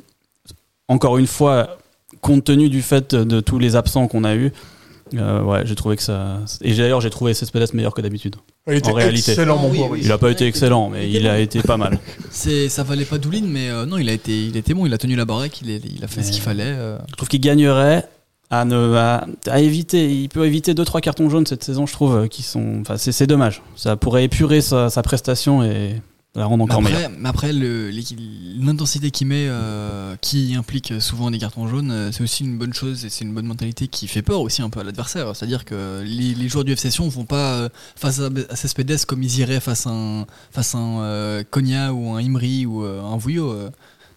Speaker 6: Encore une fois, compte tenu du fait de tous les absents qu'on a eu, ouais, j'ai trouvé que ça. Et j'ai- d'ailleurs, j'ai trouvé Cespedes meilleur que d'habitude.
Speaker 4: Il était
Speaker 6: En réalité.
Speaker 4: excellent, mon
Speaker 5: Ah, oui,
Speaker 4: pauvre.
Speaker 5: oui.
Speaker 6: Il a pas été excellent, mais il a été pas mal.
Speaker 5: C'est, ça valait pas Doulin, mais euh, non, il a été, il était bon, il a tenu la baraque, il, est- il a fait
Speaker 6: Mais-
Speaker 5: ce qu'il fallait. euh.
Speaker 6: Je trouve qu'il gagnerait à ne à, à éviter. Il peut éviter deux trois cartons jaunes cette saison, je trouve, euh, qui sont. Enfin, c'est c'est dommage. Ça pourrait épurer sa, sa prestation et la rendre
Speaker 5: Mais
Speaker 6: encore meilleure.
Speaker 5: après, mais après, le- l'équi- l'intensité qu'il met, euh, qui implique souvent des cartons jaunes, euh, c'est aussi une bonne chose et c'est une bonne mentalité qui fait peur aussi un peu à l'adversaire. C'est-à-dire que les, les joueurs du FC Sion vont pas euh, face à, à Cespedes comme ils iraient face à un, face à un euh, Konya ou un Imri ou euh, un Vouillot. euh.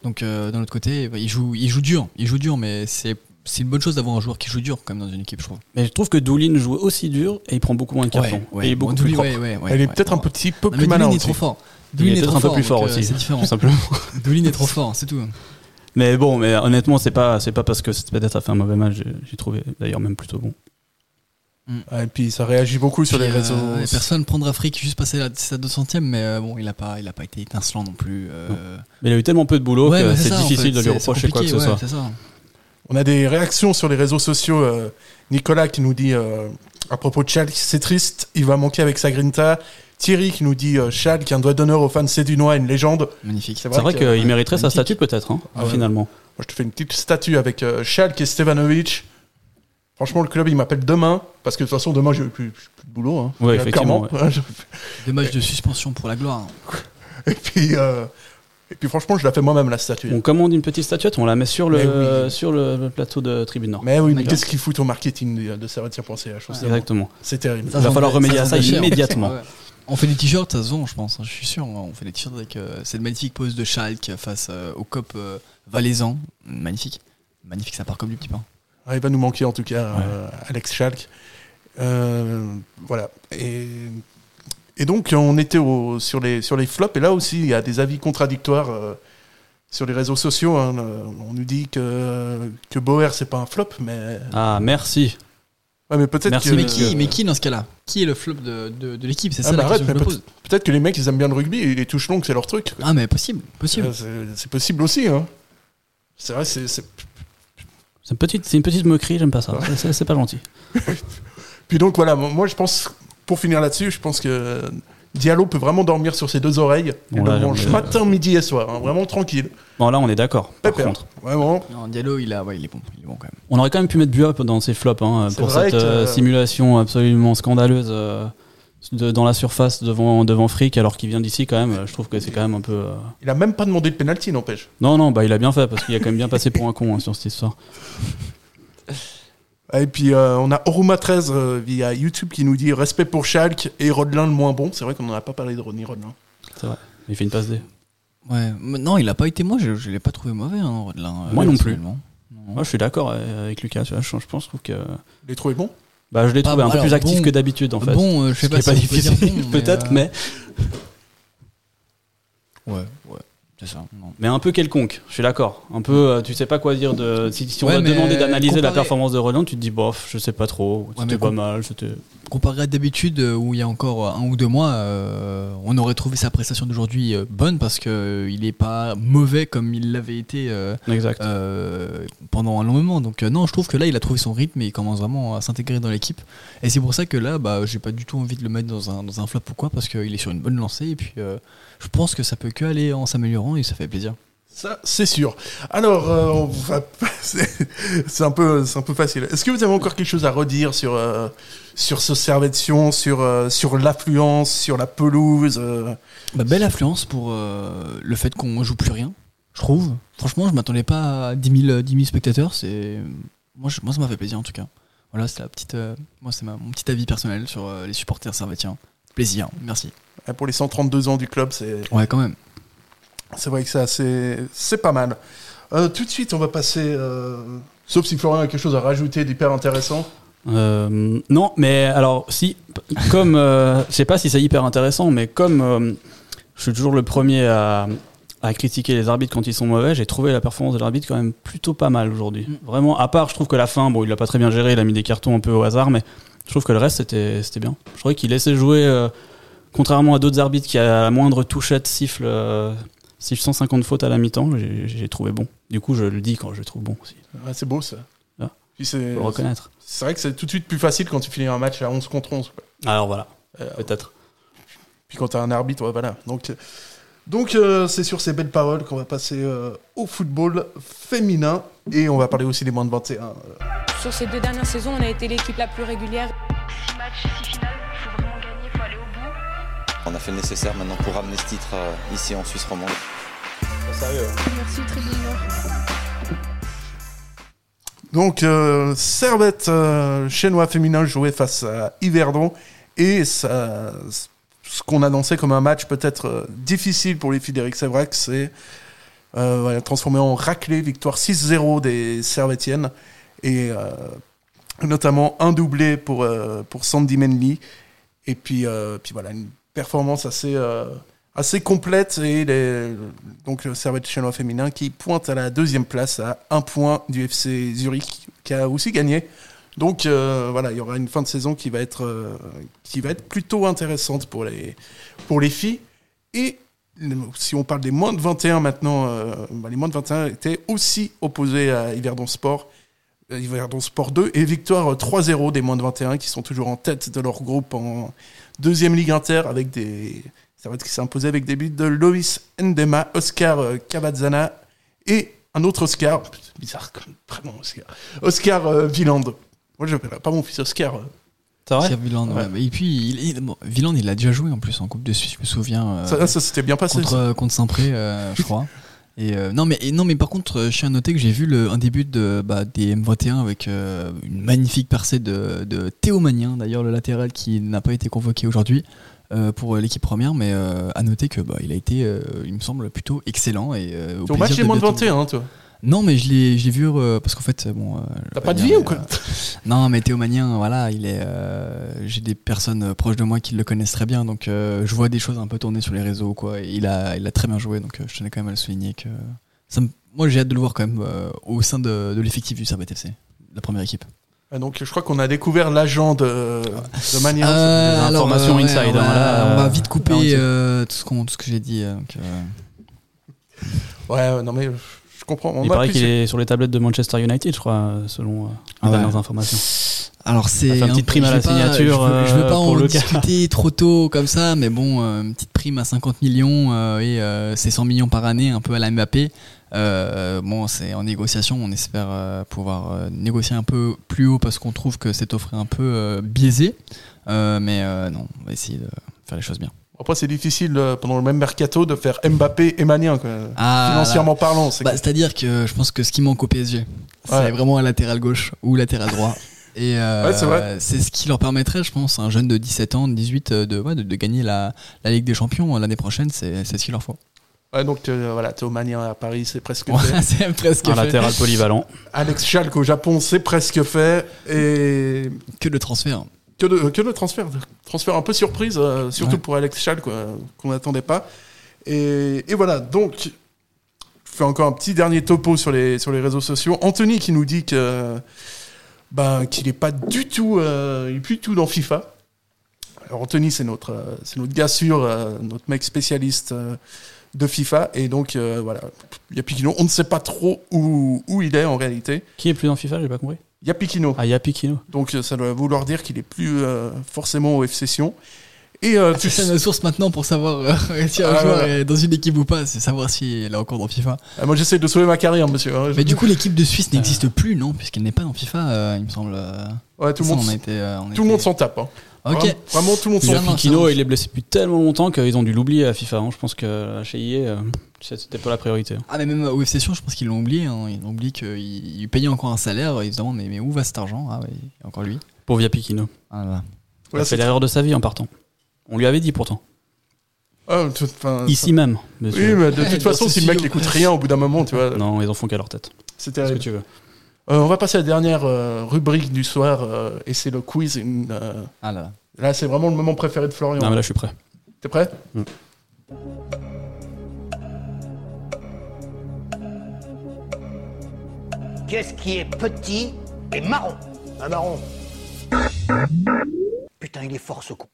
Speaker 5: Donc euh, d'un autre côté, bah, ils jouent, ils jouent dur, ils jouent dur, mais c'est c'est une bonne chose d'avoir un joueur qui joue dur comme dans une équipe, je trouve.
Speaker 6: Mais je trouve que Doulin joue aussi dur et il prend beaucoup moins de cartons. et il est beaucoup
Speaker 5: Bon,
Speaker 6: plus
Speaker 5: Doolin,
Speaker 6: propre.
Speaker 5: ouais, ouais, ouais,
Speaker 4: Elle est
Speaker 5: ouais.
Speaker 4: peut-être un petit peu
Speaker 5: Non, mais
Speaker 4: plus malin
Speaker 5: Doolin est
Speaker 4: aussi.
Speaker 5: trop fort.
Speaker 6: Il
Speaker 5: Doolin
Speaker 6: est peut-être un peu plus
Speaker 5: donc,
Speaker 6: fort
Speaker 5: euh,
Speaker 6: aussi.
Speaker 5: C'est différent.
Speaker 6: tout simplement.
Speaker 5: Doolin est trop fort, c'est tout.
Speaker 6: Mais bon, mais honnêtement, c'est pas c'est pas parce que Cespedes a fait un mauvais match. j'ai- J'ai trouvé d'ailleurs même plutôt bon.
Speaker 4: Ah, et puis, ça réagit beaucoup sur
Speaker 5: Puis,
Speaker 4: les
Speaker 5: euh,
Speaker 4: réseaux.
Speaker 5: et personne prendra fric juste passer la, sa 200ème, mais euh, bon, il a pas, il a pas été étincelant non plus. euh.
Speaker 6: Mais il a eu tellement peu de boulot
Speaker 5: Ouais,
Speaker 6: que
Speaker 5: bah,
Speaker 6: euh, c'est
Speaker 5: ça, en
Speaker 6: difficile
Speaker 5: fait,
Speaker 6: de lui
Speaker 5: c'est- c'est
Speaker 6: reprocher quoi que
Speaker 5: compliqué,
Speaker 6: ce
Speaker 5: ouais,
Speaker 6: soit.
Speaker 5: c'est ça.
Speaker 4: On a des réactions sur les réseaux sociaux. euh, Nicolas qui nous dit euh, à propos de Schalke, c'est triste, il va manquer avec sa grinta. Thierry qui nous dit euh, Schalke, un doigt d'honneur aux fans sédunois, une légende.
Speaker 5: Magnifique.
Speaker 4: C'est vrai.
Speaker 6: C'est vrai
Speaker 4: que-
Speaker 6: qu'il mériterait sa
Speaker 5: magnifique.
Speaker 6: statue peut-être, hein,
Speaker 4: Ah ouais.
Speaker 6: finalement.
Speaker 4: Moi, je te fais une petite statue avec euh, Schalke et Stevanovic. Franchement, le club, il m'appelle demain, parce que de toute façon, demain, j'ai plus, plus de boulot. Hein.
Speaker 6: Ouais,
Speaker 4: Euh,
Speaker 6: effectivement,
Speaker 4: clairement.
Speaker 5: Deux matchs de suspension pour la gloire.
Speaker 4: Et, puis, euh, et puis, franchement, je la fais moi-même, la statue.
Speaker 6: On commande une petite statuette, on la met sur
Speaker 4: euh, Mais
Speaker 6: le
Speaker 4: oui.
Speaker 6: sur le plateau de Tribune Nord.
Speaker 4: Mais oui, mais
Speaker 5: D'accord.
Speaker 4: qu'est-ce qu'ils foutent au marketing de, de Servetien.ch au Servette
Speaker 6: Exactement.
Speaker 4: C'est terrible.
Speaker 5: Ça
Speaker 6: Il va
Speaker 5: se
Speaker 6: falloir
Speaker 5: vendait-
Speaker 6: remédier à
Speaker 5: se
Speaker 6: ça
Speaker 5: vendait cher.
Speaker 6: immédiatement.
Speaker 5: Ouais. On fait des t-shirts, ça se vend, je pense. hein, Je suis sûr. On fait des t-shirts avec euh, cette magnifique pose de Schalke face euh, au cop euh, valaisan. Magnifique. Magnifique, ça part comme du petit pain.
Speaker 4: Ah, il va nous manquer en tout cas,
Speaker 6: Ouais.
Speaker 4: euh, Alex Schalk. Euh, voilà. Et, et donc, on était au- sur, les, sur les flops, et là aussi, il y a des avis contradictoires euh, sur les réseaux sociaux. hein. Le- On nous dit que, que Bauer, c'est pas un flop, mais,
Speaker 6: Ah, merci.
Speaker 4: ouais, mais peut-être
Speaker 6: Merci,
Speaker 4: que.
Speaker 5: Mais qui,
Speaker 4: euh,
Speaker 5: mais qui dans ce cas-là Qui est le flop de, de, de l'équipe C'est
Speaker 4: Ah,
Speaker 5: ça
Speaker 4: bah,
Speaker 5: la
Speaker 4: arrête,
Speaker 5: question que je me
Speaker 4: mais
Speaker 5: pose.
Speaker 4: Peut-être que les mecs, ils aiment bien le rugby, et les touches longues, c'est leur truc. quoi.
Speaker 5: Ah, mais possible, possible.
Speaker 4: Euh, c'est- C'est possible aussi. hein. C'est vrai, c'est. c'est-
Speaker 6: C'est une petite, c'est une petite moquerie, j'aime pas ça. C'est, c'est pas gentil.
Speaker 4: Puis donc, voilà, moi, je pense, pour finir là-dessus, je pense que. Diallo peut vraiment dormir sur ses deux oreilles.
Speaker 6: Bon,
Speaker 4: il
Speaker 6: là,
Speaker 4: le mange
Speaker 6: on est-
Speaker 4: matin, midi et soir, hein, vraiment tranquille.
Speaker 6: Bon, là, on est d'accord. Par
Speaker 4: Pépère.
Speaker 6: contre,
Speaker 4: Vraiment.
Speaker 5: Non, Diallo, il, a, ouais, il est bon, il est bon quand même.
Speaker 6: on aurait quand même pu mettre Buop dans ses flops hein,
Speaker 4: C'est
Speaker 6: pour
Speaker 4: vrai
Speaker 6: cette
Speaker 4: que-
Speaker 6: euh, simulation absolument scandaleuse euh, de- dans la surface devant devant Frick, alors qu'il vient d'ici quand même. euh, Je trouve que c'est quand même un peu. euh,
Speaker 4: Il a même pas demandé de pénalty, n'empêche.
Speaker 6: Non, non, bah il a bien fait parce qu'il a quand même bien passé pour un con hein, sur cette histoire.
Speaker 4: Et puis euh, on a Oruma13 euh, via YouTube qui nous dit respect pour Schalke et Rodelin le moins bon. C'est vrai qu'on n'en a pas parlé de Ronnie Rodelin.
Speaker 6: C'est vrai. Il fait une passe D.
Speaker 5: Ouais, mais non, il a pas été moi, je, je l'ai pas trouvé mauvais, hein, Rodelin. euh,
Speaker 6: Moi non plus.
Speaker 5: personnellement.
Speaker 6: Moi, je suis d'accord euh, avec Lucas, tu vois, je, je pense je trouve que.
Speaker 4: Les trouvé bon
Speaker 6: Bah, je l'ai trouvé
Speaker 5: Ah,
Speaker 6: un peu
Speaker 5: alors,
Speaker 6: plus actif
Speaker 5: bon.
Speaker 6: que d'habitude, en fait.
Speaker 5: Bon, euh, je sais
Speaker 6: Ce qui
Speaker 5: pas si on
Speaker 6: est pas
Speaker 5: peut dire
Speaker 6: difficile,
Speaker 5: bon, mais,
Speaker 6: peut-être,
Speaker 5: euh,
Speaker 6: mais,
Speaker 5: Ouais, ouais, c'est ça. non.
Speaker 6: mais un peu quelconque, je suis d'accord. Un peu, euh, tu sais pas quoi dire de. Si, si on
Speaker 5: Ouais,
Speaker 6: va te
Speaker 5: mais,
Speaker 6: demander
Speaker 5: euh,
Speaker 6: d'analyser la
Speaker 5: comparé-
Speaker 6: performance de Roland, tu te dis, bof, je sais pas trop,
Speaker 5: mais
Speaker 6: c'était pas
Speaker 5: com-
Speaker 6: mal, c'était.
Speaker 5: Comparé à d'habitude, euh, où il y a encore euh, un ou deux mois, euh, on aurait trouvé sa prestation d'aujourd'hui euh, bonne parce qu'il n'est pas mauvais comme il l'avait été euh,
Speaker 6: Exact.
Speaker 5: euh, pendant un long moment. Donc euh, non, je trouve que là, il a trouvé son rythme et il commence vraiment à s'intégrer dans l'équipe. Et c'est pour ça que là, bah, j'ai pas du tout envie de le mettre dans un, dans un flop ou quoi, parce qu'il est sur une bonne lancée. Et puis, euh, je pense que ça peut que aller en s'améliorant et ça fait plaisir.
Speaker 4: Ça, c'est sûr. Alors, euh, on va passer- c'est un peu, c'est un peu facile. Est-ce que vous avez encore quelque chose à redire sur euh, sur ce Servetion, sur euh, sur l'affluence, sur la pelouse euh,
Speaker 5: Bah, belle affluence pour euh, le fait qu'on joue plus rien, je trouve. Franchement, je m'attendais pas à 10 000, 10 000 spectateurs. C'est moi, je- moi, ça m'a fait plaisir en tout cas. Voilà, c'est la petite, euh, moi, c'est ma- mon petit avis personnel sur euh, les supporters servétiens. Plaisir, merci.
Speaker 4: Ah, Pour les 132 ans du club, c'est
Speaker 5: Ouais, quand même.
Speaker 4: c'est vrai que ça, c'est c'est pas mal. Euh, tout de suite, on va passer. euh, sauf si Florian a quelque chose à rajouter d'hyper intéressant.
Speaker 6: Euh, non, mais alors, si, p- comme, euh, je sais pas si c'est hyper intéressant, mais comme euh, je suis toujours le premier à, à critiquer les arbitres quand ils sont mauvais, j'ai trouvé la performance de l'arbitre quand même plutôt pas mal aujourd'hui. Vraiment, à part, je trouve que la fin, bon, il l'a pas très bien géré, il a mis des cartons un peu au hasard, mais je trouve que le reste, c'était c'était bien. Je trouvais qu'il laissait jouer, euh, contrairement à d'autres arbitres qui, à la moindre touchette, sifflent, euh, sifflent 150 fautes à la mi-temps, j'ai j'ai trouvé bon. Du coup, je le dis quand je le trouve bon aussi.
Speaker 4: Ah, c'est beau ça.
Speaker 6: Ah.
Speaker 4: Puis c'est
Speaker 6: Faut le reconnaître.
Speaker 4: c'est vrai que c'est tout de suite plus facile quand tu finis un match à 11 contre 11. quoi.
Speaker 6: Alors voilà, Euh, peut-être.
Speaker 4: Puis quand t'as un arbitre, ouais, voilà. Donc, euh, donc euh, c'est sur ces belles paroles qu'on va passer euh, au football féminin et on va parler aussi des moins de 21. euh,
Speaker 8: Sur ces deux dernières saisons, on a été l'équipe la plus régulière.
Speaker 9: Six matchs, six finales, faut vraiment gagner, faut aller au bout.
Speaker 10: On a fait le nécessaire maintenant pour ramener ce titre euh, ici en Suisse romande.
Speaker 9: Merci Tribunal.
Speaker 4: Donc euh, Servette euh, chinois féminin jouait face à Yverdon et ça, ce qu'on annonçait comme un match peut-être euh, difficile pour les filles d'Eric Sevrac, c'est euh, voilà, transformé en raclée, victoire 6-0 des Servettiennes et euh, notamment un doublé pour, euh, pour Sandy Menley et puis, euh, puis voilà une performance assez, euh, assez complète et les- donc le Servette chinois féminin qui pointe à la deuxième place à un point du FC Zurich qui a aussi gagné. Donc euh, voilà, il y aura une fin de saison qui va être, euh, qui va être plutôt intéressante pour les, pour les filles. Et le- si on parle des moins de 21 maintenant, euh, bah, les moins de 21 étaient aussi opposés à Yverdon Sport. euh, Yverdon Sport 2 et victoire euh, 3-0 des moins de 21 qui sont toujours en tête de leur groupe en deuxième ligue inter avec des, ça va être qui s'est imposé avec des buts de Loïs Ndema, Oscar euh, Cavazzana et un autre Oscar. Oh, Putain, c'est Bizarre comme prénom, Oscar. Oscar euh, Wieland. Moi, je n'appellerai pas mon fils Oscar. euh.
Speaker 6: C'est vrai
Speaker 5: Pierre Villand, ouais. Et puis, il, il- bon, Villand, il a déjà joué en plus en Coupe de Suisse, je me souviens. euh,
Speaker 4: ça, ça s'était bien passé.
Speaker 5: contre,
Speaker 4: ça.
Speaker 5: euh, contre Saint-Pré, euh, je crois. Et euh, non, mais, et non, mais par contre, euh, je tiens à noter que j'ai vu le, un début de, bah, des M21 avec euh, une magnifique percée de, de Théomanien, d'ailleurs le latéral qui n'a pas été convoqué aujourd'hui euh, pour euh, l'équipe première, mais euh, à noter que bah, il a été, euh, il me semble, plutôt excellent. Et, euh, au
Speaker 4: Ton
Speaker 5: plaisir
Speaker 4: match des moins de
Speaker 5: bientôt-
Speaker 4: 21, hein, toi.
Speaker 5: Non, mais je l'ai je l'ai vu euh, parce qu'en fait, bon. euh, je vais
Speaker 4: T'as pas de
Speaker 5: dire,
Speaker 4: vie ou
Speaker 5: mais,
Speaker 4: quoi
Speaker 5: euh, non, mais Théomanien, voilà, il est. euh, J'ai des personnes euh, proches de moi qui le connaissent très bien, donc euh, je vois des choses un peu tourner sur les réseaux, ou quoi. Et il a, il a très bien joué, donc euh, je tenais quand même à le souligner que ça. me- Moi, j'ai hâte de le voir quand même euh, au sein de, de l'effectif du Servette FC, la première équipe.
Speaker 4: Ah, Donc, je crois qu'on a découvert l'agent de, de manière.
Speaker 5: Euh,
Speaker 6: des
Speaker 5: alors,
Speaker 6: informations
Speaker 5: ouais,
Speaker 6: inside,
Speaker 5: On va,
Speaker 6: hein, là,
Speaker 5: on va
Speaker 6: euh,
Speaker 5: vite
Speaker 6: là, on
Speaker 5: couper
Speaker 6: sait.
Speaker 5: euh, tout ce qu'on, tout ce que j'ai dit. euh, donc, euh,
Speaker 4: Ouais, euh, non, mais euh, je comprends. On
Speaker 6: Il
Speaker 4: m'a
Speaker 6: paraît
Speaker 4: plus-
Speaker 6: qu'il est sur les tablettes de Manchester United, je crois, euh, selon euh,
Speaker 5: Ah
Speaker 6: les
Speaker 5: ouais.
Speaker 6: dernières informations.
Speaker 5: Alors
Speaker 6: On va
Speaker 5: c'est
Speaker 6: faire une
Speaker 5: un
Speaker 6: petite
Speaker 5: peu-
Speaker 6: prime à
Speaker 5: je
Speaker 6: la
Speaker 5: vais pas-
Speaker 6: signature,
Speaker 5: Je veux, je veux
Speaker 6: euh,
Speaker 5: pas
Speaker 6: pour
Speaker 5: en
Speaker 6: le gars.
Speaker 5: discuter trop tôt comme ça, mais bon, euh, une petite prime à 50 millions euh, et euh, c'est 100 millions par année, un peu à la Mbappé. Euh, bon, c'est en négociation. On espère euh, pouvoir euh, négocier un peu plus haut parce qu'on trouve que cette offre est un peu euh, biaisée. Euh, mais euh, non, on va essayer de faire les choses bien.
Speaker 4: Après, c'est difficile euh, pendant le même mercato de faire Mbappé et Manien, quoi.
Speaker 5: Ah,
Speaker 4: financièrement parlant. C'est
Speaker 5: Bah, C'est-à-dire que je pense que ce qui manque au PSG,
Speaker 4: Ouais.
Speaker 5: c'est vraiment un latéral gauche ou latéral droit. Et euh,
Speaker 4: Ouais, c'est vrai.
Speaker 5: c'est ce qui leur permettrait, je pense, à un jeune de 17 ans, de 18, euh, de, ouais, de, de gagner la, la Ligue des Champions euh, l'année prochaine. C'est c'est ce qu'il leur faut.
Speaker 4: Ouais, donc euh, voilà, t'es au Mania à Paris, c'est presque
Speaker 5: Ouais,
Speaker 4: fait.
Speaker 5: c'est presque
Speaker 6: Un
Speaker 5: fait.
Speaker 6: latéral polyvalent.
Speaker 4: Alex Schalke au Japon, c'est presque fait. Et
Speaker 5: Que le transfert.
Speaker 4: que le, que le transfert. Transfert un peu surprise, euh, surtout
Speaker 5: Ouais.
Speaker 4: pour Alex Schall, quoi, qu'on n'attendait pas. Et, et voilà, donc, je fais encore un petit dernier topo sur les, sur les réseaux sociaux. Anthony qui nous dit que ben, qu'il n'est pas du tout, euh, il est plus du tout dans FIFA. Alors Anthony, c'est notre, euh, c'est notre gars sûr, euh, notre mec spécialiste euh, de FIFA. Et donc, euh, voilà, il y a Piquino. On ne sait pas trop où, où il est en réalité.
Speaker 6: Qui est plus dans FIFA J'ai pas compris.
Speaker 4: Il y a Piquino.
Speaker 6: Ah, Yapi Kino.
Speaker 4: Donc euh, ça doit vouloir dire qu'il est plus euh, forcément au FC Sion. Et euh, tu
Speaker 5: Ah, C'est ça nos sources maintenant pour savoir euh, si un
Speaker 4: Ah,
Speaker 5: joueur
Speaker 4: ouais.
Speaker 5: est dans une équipe ou pas, c'est savoir si elle est encore dans FIFA.
Speaker 4: Ah, moi j'essaie de sauver ma carrière, monsieur. hein.
Speaker 5: Mais du coup, l'équipe de Suisse n'existe plus, non Puisqu'elle n'est pas dans FIFA, euh, il me semble. euh,
Speaker 4: Ouais, tout le
Speaker 5: ça,
Speaker 4: monde,
Speaker 5: on a été, euh, on a
Speaker 4: tout le
Speaker 5: été-
Speaker 4: monde s'en tape. hein.
Speaker 5: Ok.
Speaker 4: Vra- Vraiment tout le monde s'en
Speaker 5: Ça
Speaker 4: tape.
Speaker 5: marche, ça
Speaker 6: Yapi Kino,
Speaker 5: marche.
Speaker 6: il est blessé depuis tellement longtemps qu'ils ont dû l'oublier à FIFA. hein. Je pense que chez EA, euh, c'était pas la priorité. hein.
Speaker 5: Ah, mais même au FC Sion, je pense qu'ils l'ont oublié. hein. Ils ont oublié qu'il il payait encore un salaire. Ils se demandent, mais, mais où va cet argent Ah, ouais, il y a encore lui.
Speaker 6: Pauvre Yapi Kino.
Speaker 5: Ah, là.
Speaker 6: Il
Speaker 4: Voilà,
Speaker 6: a fait
Speaker 4: c'est-
Speaker 6: l'erreur de sa vie en partant. On lui avait dit pourtant.
Speaker 4: Ah, tout- enfin,
Speaker 6: Ici même.
Speaker 4: ça-
Speaker 6: monsieur.
Speaker 4: Oui, mais de
Speaker 5: Ouais,
Speaker 4: toute façon,
Speaker 5: dans ce
Speaker 4: si le mec
Speaker 5: studio.
Speaker 4: n'écoute rien au bout d'un moment, tu vois,
Speaker 6: Non, ils en font qu'à leur tête.
Speaker 4: c'est
Speaker 6: C'est ce
Speaker 4: terrible.
Speaker 6: que tu veux.
Speaker 4: Euh, on va passer à la dernière euh, rubrique du soir, euh, et c'est le quiz. une, euh,
Speaker 5: Ah, là.
Speaker 4: Là, c'est vraiment le moment préféré de Florian.
Speaker 6: Non, mais là, je suis prêt.
Speaker 4: T'es prêt
Speaker 6: Mm.
Speaker 11: Qu'est-ce qui est petit et marron Un marron. Putain, il est fort ce con.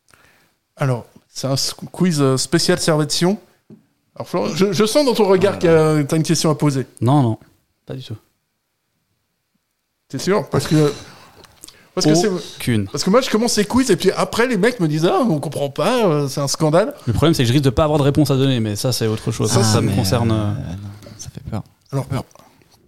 Speaker 4: Alors, c'est un s- quiz euh, spécial Servette Sion. Alors, Florian, je, je sens dans ton regard que tu as une question à poser.
Speaker 6: Non, non. Pas du tout.
Speaker 4: T'es sûr Parce que. Parce que c'est.
Speaker 6: Aucune.
Speaker 4: Parce que moi, je commence les quiz et puis après, les mecs me disent Ah, on comprend pas, euh, c'est un scandale.
Speaker 6: Le problème, c'est que je risque de pas avoir de réponse à donner, mais ça, c'est autre chose. Ça,
Speaker 5: Ah,
Speaker 6: ça me
Speaker 5: mais,
Speaker 6: concerne.
Speaker 5: euh,
Speaker 6: euh,
Speaker 5: non, ça fait peur.
Speaker 4: Alors, ben,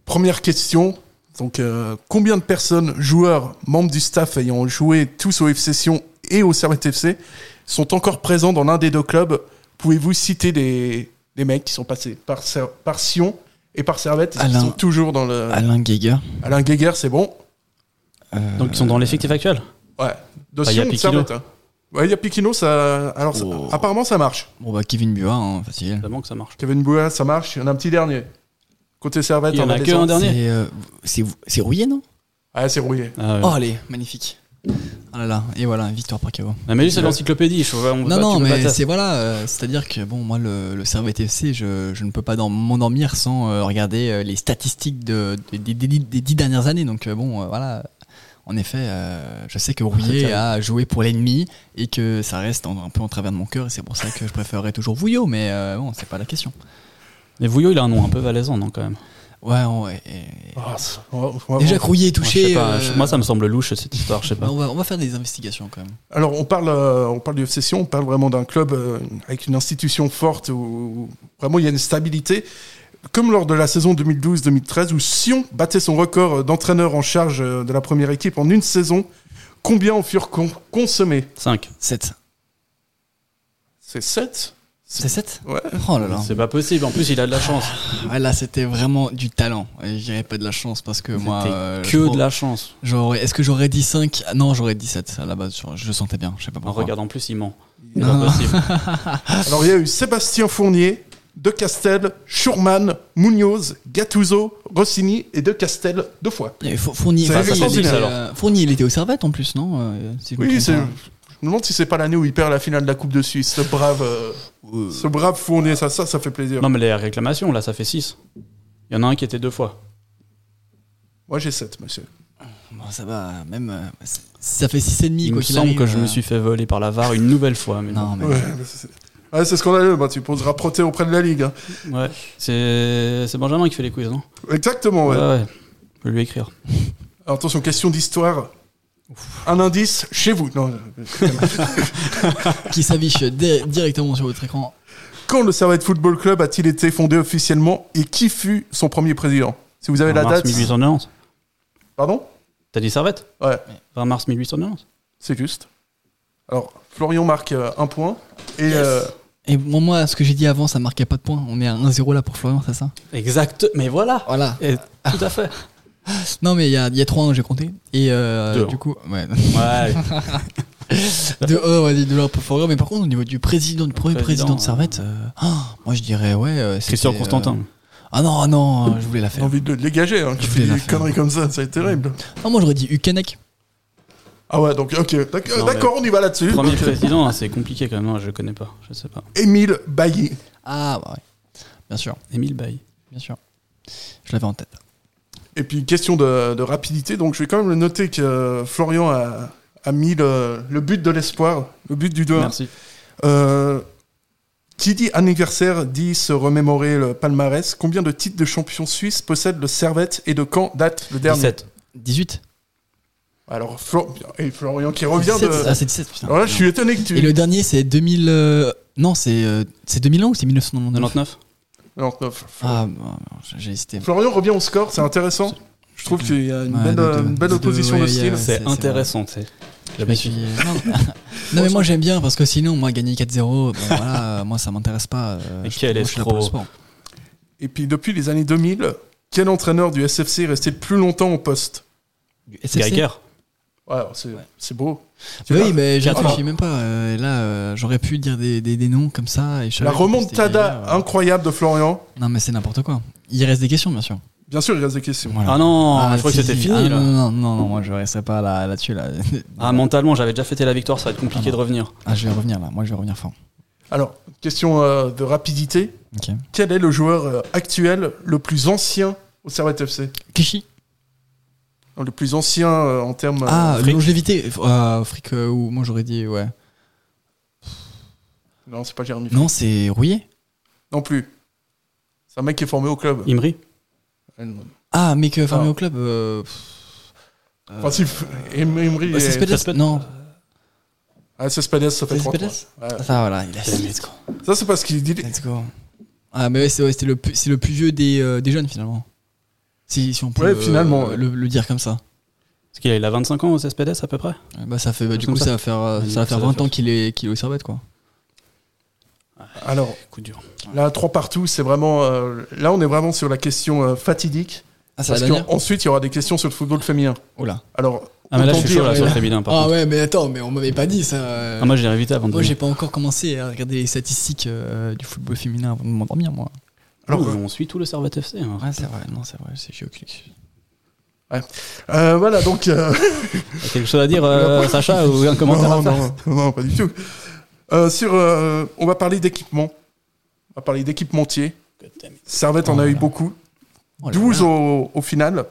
Speaker 4: première question. Donc, euh, combien de personnes, joueurs, membres du staff ayant joué tous au FC Sion et au Servette FC, sont encore présents dans l'un des deux clubs Pouvez-vous citer des, des mecs qui sont passés par, Ser- par Sion et par Servette et qui
Speaker 5: Alain.
Speaker 4: sont toujours dans le.
Speaker 5: Alain Geiger.
Speaker 4: Alain Guéguer, c'est bon
Speaker 5: euh,
Speaker 6: Donc, ils sont dans l'effectif actuel.
Speaker 4: Ouais. De
Speaker 6: Bah, y
Speaker 4: Sion
Speaker 6: a
Speaker 4: ou de
Speaker 6: Piquino.
Speaker 4: Servette hein. Ouais, il y a Piquino, ça. Alors, ça-
Speaker 5: Oh.
Speaker 4: apparemment, ça marche.
Speaker 5: Bon, bah, Kevin Buat, hein, facile.
Speaker 6: Évidemment que ça marche.
Speaker 4: Kevin Bouya, ça marche. Il y en a un petit dernier. Côté servette,
Speaker 6: Il y en
Speaker 4: on
Speaker 6: a que
Speaker 4: autres.
Speaker 6: un dernier.
Speaker 5: C'est, euh, C'est c'est rouillé, non
Speaker 4: Ah, c'est rouillé.
Speaker 6: Ah, ouais.
Speaker 5: Oh, allez, magnifique. Ah là là, et voilà, victoire par KO.
Speaker 6: Ah, mais lui, c'est l'encyclopédie. je- on peut
Speaker 5: Non,
Speaker 6: pas-
Speaker 5: non,
Speaker 6: tu peux pas
Speaker 5: mais
Speaker 6: t'as-
Speaker 5: c'est voilà, euh, c'est-à-dire que bon, moi, le, le Servette FC, je, je ne peux pas dans- m'endormir sans euh, regarder euh, les statistiques de, des- des, des- des dix dernières années. Donc, euh, bon, euh, voilà. En effet, euh, je sais que Rouillet a joué pour l'ennemi et que ça reste en- un peu en travers de mon cœur et c'est pour ça que je préférerais toujours Vouillot, mais euh, bon, c'est pas la question.
Speaker 6: Mais Vouillot, il a un nom un peu valaisan, non, quand même.
Speaker 5: Ouais, ouais. et-
Speaker 4: Ah, c'est- oh, vraiment.
Speaker 5: Déjà que Rouillet est
Speaker 6: Moi, je sais
Speaker 5: touché.
Speaker 6: pas,
Speaker 5: euh,
Speaker 6: je- Moi, ça me semble louche, cette histoire. Je sais pas.
Speaker 5: on, va, on va faire des investigations quand même.
Speaker 4: Alors, on parle, euh, on parle du FC Sion, on parle vraiment d'un club euh, avec une institution forte où, où vraiment il y a une stabilité. Comme lors de la saison 2012-2013 où Sion battait son record d'entraîneur en charge euh, de la première équipe en une saison, combien en furent con- consommés
Speaker 6: 5.
Speaker 5: 7.
Speaker 4: C'est 7
Speaker 5: C'est 7
Speaker 4: Ouais.
Speaker 5: Oh là là.
Speaker 6: C'est pas possible. En plus, il a de la chance.
Speaker 5: Ah, là, c'était vraiment du talent. Et Je dirais pas de la chance parce que moi.
Speaker 6: C'était
Speaker 5: euh, je
Speaker 6: que
Speaker 5: pense-
Speaker 6: de la chance.
Speaker 5: j'aurais- Est-ce que j'aurais dit 5 Non, j'aurais dit 7 à la base. Je, je le sentais bien. Je sais pas
Speaker 6: En
Speaker 5: pourquoi. Ah.
Speaker 6: regardant plus, il ment. C'est
Speaker 5: Non.
Speaker 6: pas possible. Ah,
Speaker 4: Alors, il y a eu Sébastien Fournier, De Castel, Schurman, Munoz, Gattuso, Rossini et De Castel deux fois.
Speaker 5: Il y avait Four- Fournier,
Speaker 4: Ça,
Speaker 5: enfin,
Speaker 4: je
Speaker 5: Fournier,
Speaker 4: l'ai dit,
Speaker 5: était,
Speaker 6: alors.
Speaker 5: euh, Fournier, il était au Servette en plus, non Euh, si je me
Speaker 4: Oui,
Speaker 5: trompe
Speaker 4: c'est.
Speaker 5: pas.
Speaker 4: Je me demande si c'est pas l'année où il perd la finale de la Coupe de Suisse, ce brave, euh, ce brave Fournier, ça, ça, ça fait plaisir.
Speaker 6: Non, mais les réclamations, là, ça fait 6. Il y en a un qui était deux fois.
Speaker 4: Moi j'ai 7, monsieur.
Speaker 5: Bon, ça va, même. euh, c'est- ça fait 6,5
Speaker 6: Il
Speaker 5: quoi
Speaker 6: me
Speaker 5: qu'il
Speaker 6: semble
Speaker 5: arrive,
Speaker 6: que je
Speaker 5: euh,
Speaker 6: me suis fait voler par la VAR une nouvelle fois. Mais
Speaker 5: Non, mais.
Speaker 4: Ouais, bah, c'est ouais, c'est scandaleux, bah, tu poseras proté auprès de la Ligue. hein.
Speaker 6: Ouais. C'est c'est Benjamin qui fait les quiz, non
Speaker 4: Exactement,
Speaker 6: Euh.
Speaker 4: ouais.
Speaker 6: Je vais lui écrire.
Speaker 5: Euh,
Speaker 4: Alors, attention, question d'histoire. Un indice chez vous. Non, euh,
Speaker 5: Qui s'affiche dé- directement sur votre écran.
Speaker 4: quand le Servette Football Club a-t-il été fondé officiellement et qui fut son premier président Si vous avez la
Speaker 6: mars
Speaker 4: date.
Speaker 6: 1890.
Speaker 4: Pardon
Speaker 6: T'as dit servette
Speaker 4: Ouais,
Speaker 6: 20 mars 1890.
Speaker 4: c'est juste. Alors, Florian marque euh, un point. Et euh,
Speaker 5: Et moi, moi, ce que j'ai dit avant, ça marquait pas de points. On est à 1-0 là pour Florian, c'est ça
Speaker 6: Exact. Mais voilà.
Speaker 5: Voilà.
Speaker 6: Et- tout à fait.
Speaker 5: Non, mais il y a, il y a 3-1, j'ai compté. Et euh,
Speaker 6: Deux.
Speaker 5: du coup. Ouais.
Speaker 6: Ouais.
Speaker 5: de, oh, ouais, de leur performance. Mais par contre, au niveau du président, du premier président,
Speaker 6: Président,
Speaker 5: de Servette, euh, ah, moi je dirais, ouais. euh,
Speaker 6: Christian
Speaker 5: c'était, euh,
Speaker 6: Constantin.
Speaker 5: Ah non, ah non, euh, je voulais la
Speaker 4: J'ai
Speaker 5: faire.
Speaker 4: envie de le dégager, hein, qui
Speaker 5: Je
Speaker 4: fait
Speaker 5: vais la
Speaker 4: des
Speaker 5: faire.
Speaker 4: conneries comme ça, c'est terrible.
Speaker 5: Non, moi j'aurais dit Ukenek.
Speaker 4: Ah ouais, donc ok, d'ac-
Speaker 6: Non,
Speaker 4: d'accord, on y va
Speaker 5: euh,
Speaker 4: là-dessus.
Speaker 6: Premier
Speaker 4: Donc,
Speaker 6: président, hein, c'est compliqué quand même, hein, je connais pas, je sais pas.
Speaker 4: Émile Bailly.
Speaker 5: Ah, bah ouais. Bien sûr,
Speaker 6: Émile Bailly.
Speaker 5: bien sûr. Je l'avais en tête.
Speaker 4: Et puis question de, de rapidité, donc je vais quand même le noter que euh, Florian a, a mis le, le but de l'espoir, le but du 2
Speaker 6: Merci.
Speaker 4: qui dit anniversaire dit se remémorer le palmarès. Combien de titres de champion suisse possède le Servette et de quand date le dernier
Speaker 6: 17.
Speaker 5: 18
Speaker 4: Alors Flo- et Florian qui revient
Speaker 5: 17,
Speaker 4: de.
Speaker 5: Ah, c'est 17, putain.
Speaker 4: Alors là, je suis étonné que tu.
Speaker 5: Et le dernier, c'est 2000. euh, Non, c'est euh, c'est 2000 ans ou c'est 1999
Speaker 6: 99
Speaker 4: Non, non, Flo-
Speaker 5: Ah, bon, j'ai- j'ai hésité.
Speaker 4: Florian revient au score, c'est intéressant. Je trouve qu'il y a une
Speaker 5: Ouais,
Speaker 4: belle, euh,
Speaker 5: les deux.
Speaker 4: une belle
Speaker 5: Les deux,
Speaker 4: opposition
Speaker 5: ouais,
Speaker 4: de
Speaker 5: il y
Speaker 4: style.
Speaker 5: a- c'est-
Speaker 6: C'est
Speaker 5: c'est
Speaker 6: intéressant, tu sais.
Speaker 5: Je me suis- Non, Non, mais moi j'aime bien parce que sinon, moi, gagner 4-0, bon, voilà, euh, moi ça m'intéresse pas. euh,
Speaker 6: Et
Speaker 5: je-
Speaker 6: quel
Speaker 5: moi, je suis là pour le
Speaker 6: escroc.
Speaker 5: sport.
Speaker 4: Et puis depuis les années 2000, quel entraîneur du SFC est resté le plus longtemps au poste
Speaker 5: Du SFC.
Speaker 6: Geiger.
Speaker 4: Ouais, alors c'est c'est beau. C'est
Speaker 5: Mais
Speaker 4: pas-
Speaker 5: bah oui, mais j'ai
Speaker 4: Ah,
Speaker 5: réfléchi même pas. euh, là, euh, j'aurais pu dire des, des, des noms comme ça. Et je
Speaker 4: La
Speaker 5: savais que c'était
Speaker 4: remontada
Speaker 5: Geiger, euh.
Speaker 4: incroyable de Florian.
Speaker 5: Non, mais c'est n'importe quoi. Il reste des questions, bien sûr.
Speaker 4: Bien sûr, il reste des questions.
Speaker 5: Voilà.
Speaker 6: Ah non,
Speaker 5: Ah,
Speaker 6: je crois
Speaker 5: si,
Speaker 6: que c'était
Speaker 5: si.
Speaker 6: fini.
Speaker 5: Ah,
Speaker 6: là.
Speaker 5: non, non, non, non, moi je resterai pas là- là-dessus. Là
Speaker 6: Ah, mentalement, j'avais déjà fêté la victoire, ça va être compliqué
Speaker 5: Ah
Speaker 6: de revenir.
Speaker 5: Ah, je vais revenir là. Moi je vais revenir fort.
Speaker 4: Alors, question euh, de rapidité.
Speaker 5: Ok.
Speaker 4: Quel est le joueur euh, actuel le plus ancien au Servette FC
Speaker 5: Kishi.
Speaker 4: Non, Le plus ancien euh, en termes... euh,
Speaker 5: Ah,
Speaker 4: fric.
Speaker 5: longévité. Euh, fric, euh, ou moi j'aurais dit, ouais.
Speaker 4: Non, c'est pas Jérémy. Non.
Speaker 5: Non, c'est Rouillé.
Speaker 4: non plus. C'est un mec qui est formé au club.
Speaker 6: Imri
Speaker 5: Ah, mais que formé
Speaker 4: Ah.
Speaker 5: au club. euh, pff, euh,
Speaker 4: Enfin, si, Em- Emery
Speaker 5: c'est
Speaker 4: est-
Speaker 5: Cespedes Non,
Speaker 4: Ah, Cespedes, ça fait
Speaker 5: c'est
Speaker 4: trois
Speaker 5: Cespedes
Speaker 4: points. Ouais.
Speaker 5: Ça Ah, voilà, il a
Speaker 6: Let's go.
Speaker 4: Ça, c'est parce qu'il dit...
Speaker 5: Let's go. Ah, mais ouais, c'est ouais, c'était le, plus- c'est le plus vieux des, euh, des jeunes finalement. Si, si on peut
Speaker 4: Ouais,
Speaker 5: le,
Speaker 4: finalement, ouais.
Speaker 5: le, le dire comme ça.
Speaker 6: Parce qu'il a- il a 25 ans au CSPDS à peu près
Speaker 5: Euh, Bah, ça fait, bah, du
Speaker 6: Comme
Speaker 5: coup, ça.
Speaker 6: ça.
Speaker 5: va faire, euh,
Speaker 6: Oui,
Speaker 5: ça va
Speaker 6: ça
Speaker 5: faire
Speaker 6: va
Speaker 5: 20
Speaker 6: faire
Speaker 5: ans qu'il est, qu'il est au Servette quoi.
Speaker 4: Alors,
Speaker 6: Coup dur.
Speaker 4: là, trois partout, c'est vraiment... euh, Là, on est vraiment sur la question euh, fatidique.
Speaker 5: Ah, c'est la
Speaker 4: Parce
Speaker 5: dernière
Speaker 4: qu'ensuite, il y aura des questions sur le football féminin.
Speaker 5: Oh là.
Speaker 4: Alors,
Speaker 6: Ah, mais là, je
Speaker 4: autant
Speaker 6: suis chaud
Speaker 4: dire,
Speaker 6: là, sur
Speaker 4: euh,
Speaker 6: le féminin par
Speaker 5: Ah,
Speaker 6: contre.
Speaker 5: ouais, mais attends, mais on m'avait pas dit ça. euh.
Speaker 6: Ah, moi, j'ai évité avant de
Speaker 5: moi, j'ai
Speaker 6: venir.
Speaker 5: pas encore commencé à regarder les statistiques euh, du football féminin avant de m'endormir, moi.
Speaker 4: Alors,
Speaker 6: Ouh, on suit tout le Servette FC. hein.
Speaker 5: Ouais, c'est vrai, non, c'est vrai, c'est géoclic.
Speaker 4: euh, voilà, donc... euh,
Speaker 6: T'as quelque chose à dire, euh, Sacha, ou un commentaire
Speaker 4: non,
Speaker 6: à faire
Speaker 4: non, non, non, pas du tout. Euh, sur, euh, on va parler d'équipement. On va parler d'équipementier. Servette en
Speaker 5: Oh
Speaker 4: a
Speaker 5: là
Speaker 4: eu
Speaker 5: là.
Speaker 4: beaucoup.
Speaker 5: Oh là
Speaker 4: 12
Speaker 5: là.
Speaker 4: au, au final.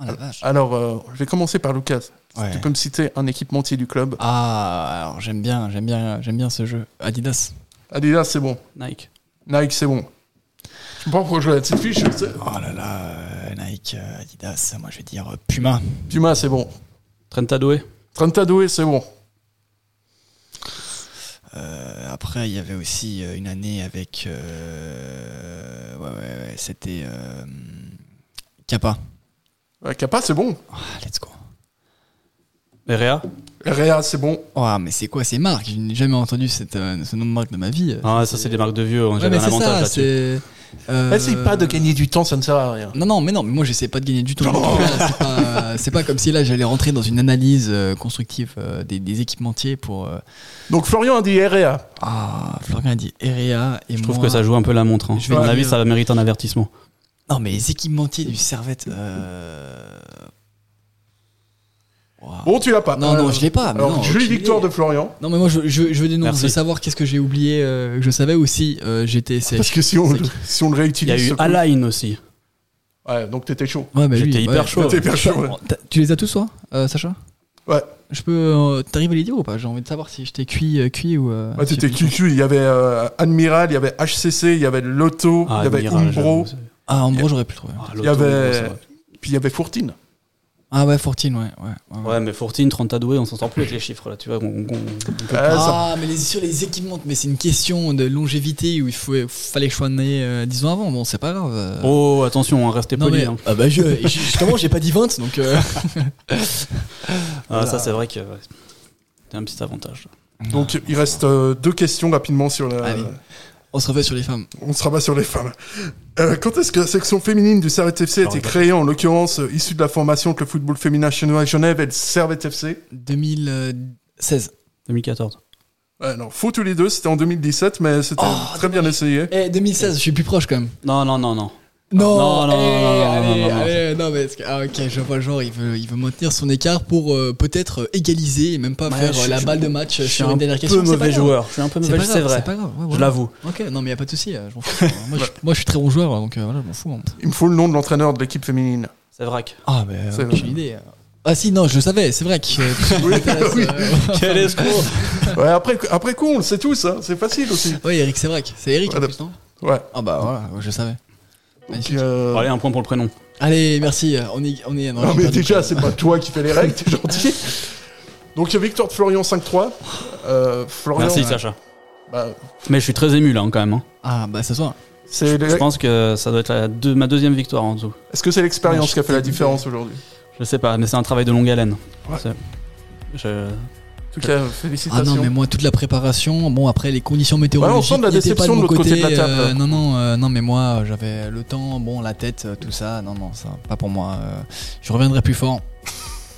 Speaker 5: Oh la vache.
Speaker 4: Alors, euh, je vais commencer par Lucas.
Speaker 5: Ouais.
Speaker 4: Tu peux me citer un équipementier du club
Speaker 5: Ah, alors j'aime bien, j'aime bien, j'aime bien ce jeu. Adidas.
Speaker 4: Adidas, Ah, c'est bon.
Speaker 6: Nike.
Speaker 4: Nike, c'est bon. Je comprends pourquoi je vois la petite fiche. je sais.
Speaker 5: Oh là là, euh, Nike, euh, Adidas, moi je vais dire euh, Puma.
Speaker 4: Puma, c'est bon.
Speaker 6: Trentadoué.
Speaker 4: Trentadoué, c'est bon.
Speaker 5: Euh, après, il y avait aussi euh, une année avec. euh, ouais, ouais, ouais, c'était. euh, Kappa.
Speaker 4: Ouais, Kappa, c'est bon.
Speaker 5: Ah, let's go.
Speaker 6: Réa.
Speaker 4: Réa, c'est bon.
Speaker 5: Oh, mais c'est quoi ces marques Je n'ai jamais entendu cette, euh, ce nom de marque de ma vie.
Speaker 6: Ah, ça, c'est des marques de vieux. hein,
Speaker 5: Ouais, mais
Speaker 6: J'avais un
Speaker 5: c'est ça,
Speaker 6: avantage là-dessus.
Speaker 5: c'est. euh,
Speaker 4: Essaye pas de gagner du temps, ça ne sert à rien.
Speaker 5: Non, non, mais non, mais moi j'essaie pas de gagner du tout. C'est pas, c'est pas comme si là j'allais rentrer dans une analyse euh, constructive euh, des, des équipementiers pour. euh,
Speaker 4: Donc, Florian a dit Réa.
Speaker 5: Ah, Florian a dit Erea et
Speaker 6: Je trouve
Speaker 5: moi-
Speaker 6: que ça joue un peu la montre. hein.
Speaker 5: Je vais
Speaker 6: À mon
Speaker 5: dire-
Speaker 6: avis, ça mérite un avertissement.
Speaker 5: Non, mais les équipementiers du Servette. euh, Waouh.
Speaker 4: Bon, tu l'as pas.
Speaker 5: Non, non, je l'ai pas, mais
Speaker 4: Alors,
Speaker 5: non,
Speaker 4: jolie
Speaker 5: tu l'es.
Speaker 4: victoire de Florian.
Speaker 5: Non, mais moi je, je- je veux des noms.
Speaker 6: Merci.
Speaker 5: Je veux savoir qu'est-ce que j'ai oublié, euh, que je savais aussi. Euh, J'étais sec.
Speaker 4: Ah, Parce que si on,
Speaker 5: Sec.
Speaker 4: si on le
Speaker 6: Il y
Speaker 4: réutilise.
Speaker 6: a
Speaker 4: ce
Speaker 6: eu
Speaker 4: coup-
Speaker 6: Align aussi.
Speaker 4: Ouais, donc t'étais chaud.
Speaker 5: Ouais, bah
Speaker 6: J'étais
Speaker 5: lui,
Speaker 6: hyper
Speaker 5: ouais.
Speaker 6: chaud.
Speaker 4: T'étais hyper chaud, ouais.
Speaker 5: T'as- Tu les as tous, toi, euh, Sacha
Speaker 4: Ouais.
Speaker 5: Je peux. euh, T'arrives à les dire ou pas J'ai envie de savoir si j'étais cuit, euh, cuit ou. euh,
Speaker 4: Ouais, Ah, t'étais
Speaker 5: j'ai plus-
Speaker 4: QQ, il y avait euh, Admiral, il y avait HCC, il y avait Lotto, il y avait Umbro,
Speaker 6: Admiral, Ah, j'avoue, c'est-
Speaker 5: Ah, en gros, j'aurais pu trouver.
Speaker 6: Ah,
Speaker 4: il y
Speaker 6: Lotto, Umbro, c'est
Speaker 4: avait...
Speaker 6: vrai.
Speaker 4: Puis il y avait Fourtine.
Speaker 5: Ah, ouais, Fortine, ouais. ouais, ouais, ouais.
Speaker 6: Ouais, mais Fortine, 30 doué, on s'en sort plus avec les chiffres là, tu vois. on- on-
Speaker 4: Ouais,
Speaker 6: on-
Speaker 4: ça-
Speaker 5: Ah, mais les, sur les équipements, mais c'est une question de longévité où il faut, fallait choisir euh, 10 ans avant. Bon, c'est pas grave. euh.
Speaker 6: Oh, attention, hein, restez
Speaker 5: non,
Speaker 6: polis.
Speaker 5: mais,
Speaker 6: hein.
Speaker 5: ah bah, je, justement, j'ai pas dit 20, donc. euh,
Speaker 6: Ah, ça, c'est vrai que ouais, c'est un petit avantage.
Speaker 4: Donc il reste euh, deux questions rapidement sur la...
Speaker 5: Allez. On se refait sur les femmes.
Speaker 4: On se rabat sur les femmes. Euh, quand est-ce que la section féminine du Servette FC a été créée, en l'occurrence euh, issue de la formation entre le football féminin chinois à Genève et le Servette FC
Speaker 5: 2016.
Speaker 6: 2014.
Speaker 4: Ouais, non, faux tous les deux, c'était en 2017, mais c'était très bien essayé.
Speaker 5: Eh, 2016, je suis plus proche quand même.
Speaker 6: Non, non, non, non.
Speaker 5: Non,
Speaker 6: Non, non,
Speaker 5: eh,
Speaker 6: non, non, non,
Speaker 5: allez,
Speaker 6: non, non, non.
Speaker 5: allez, non, mais est-ce que- ah, ok, je vois le genre, il veut, il veut maintenir son écart pour euh, peut-être euh, égaliser et même pas
Speaker 6: Ouais,
Speaker 5: faire
Speaker 6: je-
Speaker 5: euh, la
Speaker 6: je-
Speaker 5: balle de match
Speaker 6: je suis
Speaker 5: sur
Speaker 6: un
Speaker 5: une dernière
Speaker 6: peu
Speaker 5: question. c'est
Speaker 6: mauvais
Speaker 5: pas grave.
Speaker 6: joueur, je suis un peu
Speaker 5: C'est
Speaker 6: mauvais,
Speaker 5: pas
Speaker 6: c'est
Speaker 5: grave,
Speaker 6: vrai.
Speaker 5: C'est pas grave, ouais,
Speaker 6: Je
Speaker 5: voilà.
Speaker 6: l'avoue.
Speaker 5: Ok, non, mais y a pas de souci, euh, je m'en fous. hein. moi, je, moi, je suis très bon joueur, donc euh, voilà, je m'en fous. hein.
Speaker 4: Il me faut le nom de l'entraîneur de l'équipe féminine.
Speaker 6: C'est vrac.
Speaker 5: Ah, mais euh,
Speaker 4: C'est vrai.
Speaker 5: j'ai l'idée.
Speaker 6: hein.
Speaker 5: euh. Ah, si, non, je le savais, c'est vrai que. euh,
Speaker 4: Oui,
Speaker 5: m'intéresse,
Speaker 4: oui.
Speaker 5: euh,
Speaker 6: Quel escroc
Speaker 4: Ouais, après, après coup, on le sait tous, hein, c'est facile aussi.
Speaker 5: Oui, Eric, c'est vrai. que- C'est Eric en
Speaker 4: Voilà.
Speaker 5: plus, non
Speaker 4: Ouais.
Speaker 5: Ah, bah voilà, je le savais.
Speaker 4: Donc,
Speaker 5: Magnifique.
Speaker 4: euh,
Speaker 6: Allez, un point pour le prénom.
Speaker 5: Allez, merci, euh, on est. On est on
Speaker 4: Non,
Speaker 5: a
Speaker 4: mais
Speaker 5: perdu le
Speaker 4: déjà,
Speaker 5: prénom.
Speaker 4: c'est pas toi qui fais les règles, t'es gentil. Donc, victoire de Florian 5-3. Euh, Florian,
Speaker 6: Merci, Sacha.
Speaker 4: bah,
Speaker 6: Mais je suis très ému là hein, quand même. hein.
Speaker 5: Ah, bah ce soir.
Speaker 4: c'est
Speaker 6: Je pense que ça doit être la deux- ma deuxième victoire en dessous.
Speaker 4: Est-ce que c'est
Speaker 5: Ouais,
Speaker 4: l'expérience
Speaker 5: je
Speaker 4: qui a fait
Speaker 5: t'ai
Speaker 4: la
Speaker 5: dit.
Speaker 4: différence aujourd'hui
Speaker 6: Je sais pas, mais c'est un travail de longue haleine.
Speaker 4: Ouais.
Speaker 6: C'est- Je...
Speaker 4: En tout cas,
Speaker 5: Ah
Speaker 4: félicitations.
Speaker 5: non, mais moi, toute la préparation, bon, après, les conditions
Speaker 4: Ouais,
Speaker 5: météorologiques.
Speaker 4: Bah, on sent de la
Speaker 5: n'étaient
Speaker 4: déception
Speaker 5: pas
Speaker 4: de
Speaker 5: mon
Speaker 4: l'autre côté de la table.
Speaker 5: euh, non, non, euh, non, mais moi, euh, j'avais le temps, bon, la tête, euh, tout ça. Non, non, ça, pas pour moi. euh, je reviendrai plus fort.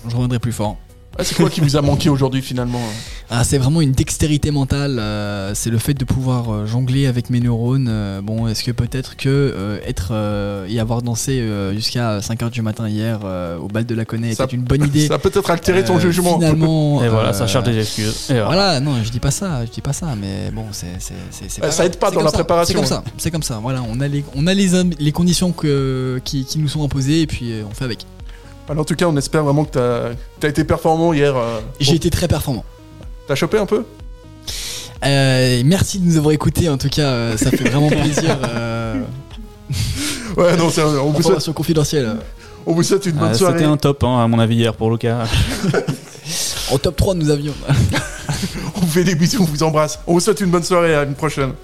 Speaker 5: Je reviendrai plus fort.
Speaker 4: Ah, c'est quoi qui vous a manqué aujourd'hui finalement hein
Speaker 5: Ah, c'est vraiment une dextérité mentale. euh, c'est le fait de pouvoir euh, jongler avec mes neurones. euh, bon, est-ce que peut-être que euh, être euh, y avoir dansé euh, jusqu'à 5 h du matin hier euh, au bal de la Connaît
Speaker 4: Ça-
Speaker 5: était une bonne idée.
Speaker 4: Ça a peut-être altéré ton
Speaker 5: Euh,
Speaker 4: jugement.
Speaker 5: Finalement.
Speaker 6: Et voilà,
Speaker 5: euh,
Speaker 6: ça cherche des excuses. Et voilà.
Speaker 5: Voilà, non, je dis pas ça, je dis pas ça, mais bon, c'est c'est c'est c'est
Speaker 4: Ouais,
Speaker 5: pas
Speaker 4: ça
Speaker 5: grave.
Speaker 4: aide pas
Speaker 5: C'est
Speaker 4: dans
Speaker 5: comme
Speaker 4: la
Speaker 5: ça,
Speaker 4: préparation.
Speaker 5: C'est comme ça, c'est comme ça. Voilà, on a les on a les in- les conditions que qui, qui nous sont imposées et puis euh, on fait avec.
Speaker 4: Alors, en tout cas, on espère vraiment que t'as as été performant hier. euh,
Speaker 5: J'ai
Speaker 4: bon,
Speaker 5: été très performant.
Speaker 4: T'as chopé un peu
Speaker 5: Euh, merci de nous avoir écoutés. En tout cas, euh, ça fait vraiment plaisir. Euh,
Speaker 4: Ouais, non, c'est- on, vous souhaite,
Speaker 5: information confidentielle.
Speaker 4: on vous souhaite une bonne
Speaker 6: Ah,
Speaker 4: soirée.
Speaker 6: C'était un top, hein, à mon avis, hier pour Lucas.
Speaker 5: En top 3 nous avions.
Speaker 4: On vous fait des bisous, on vous embrasse. On vous souhaite une bonne soirée, à une prochaine.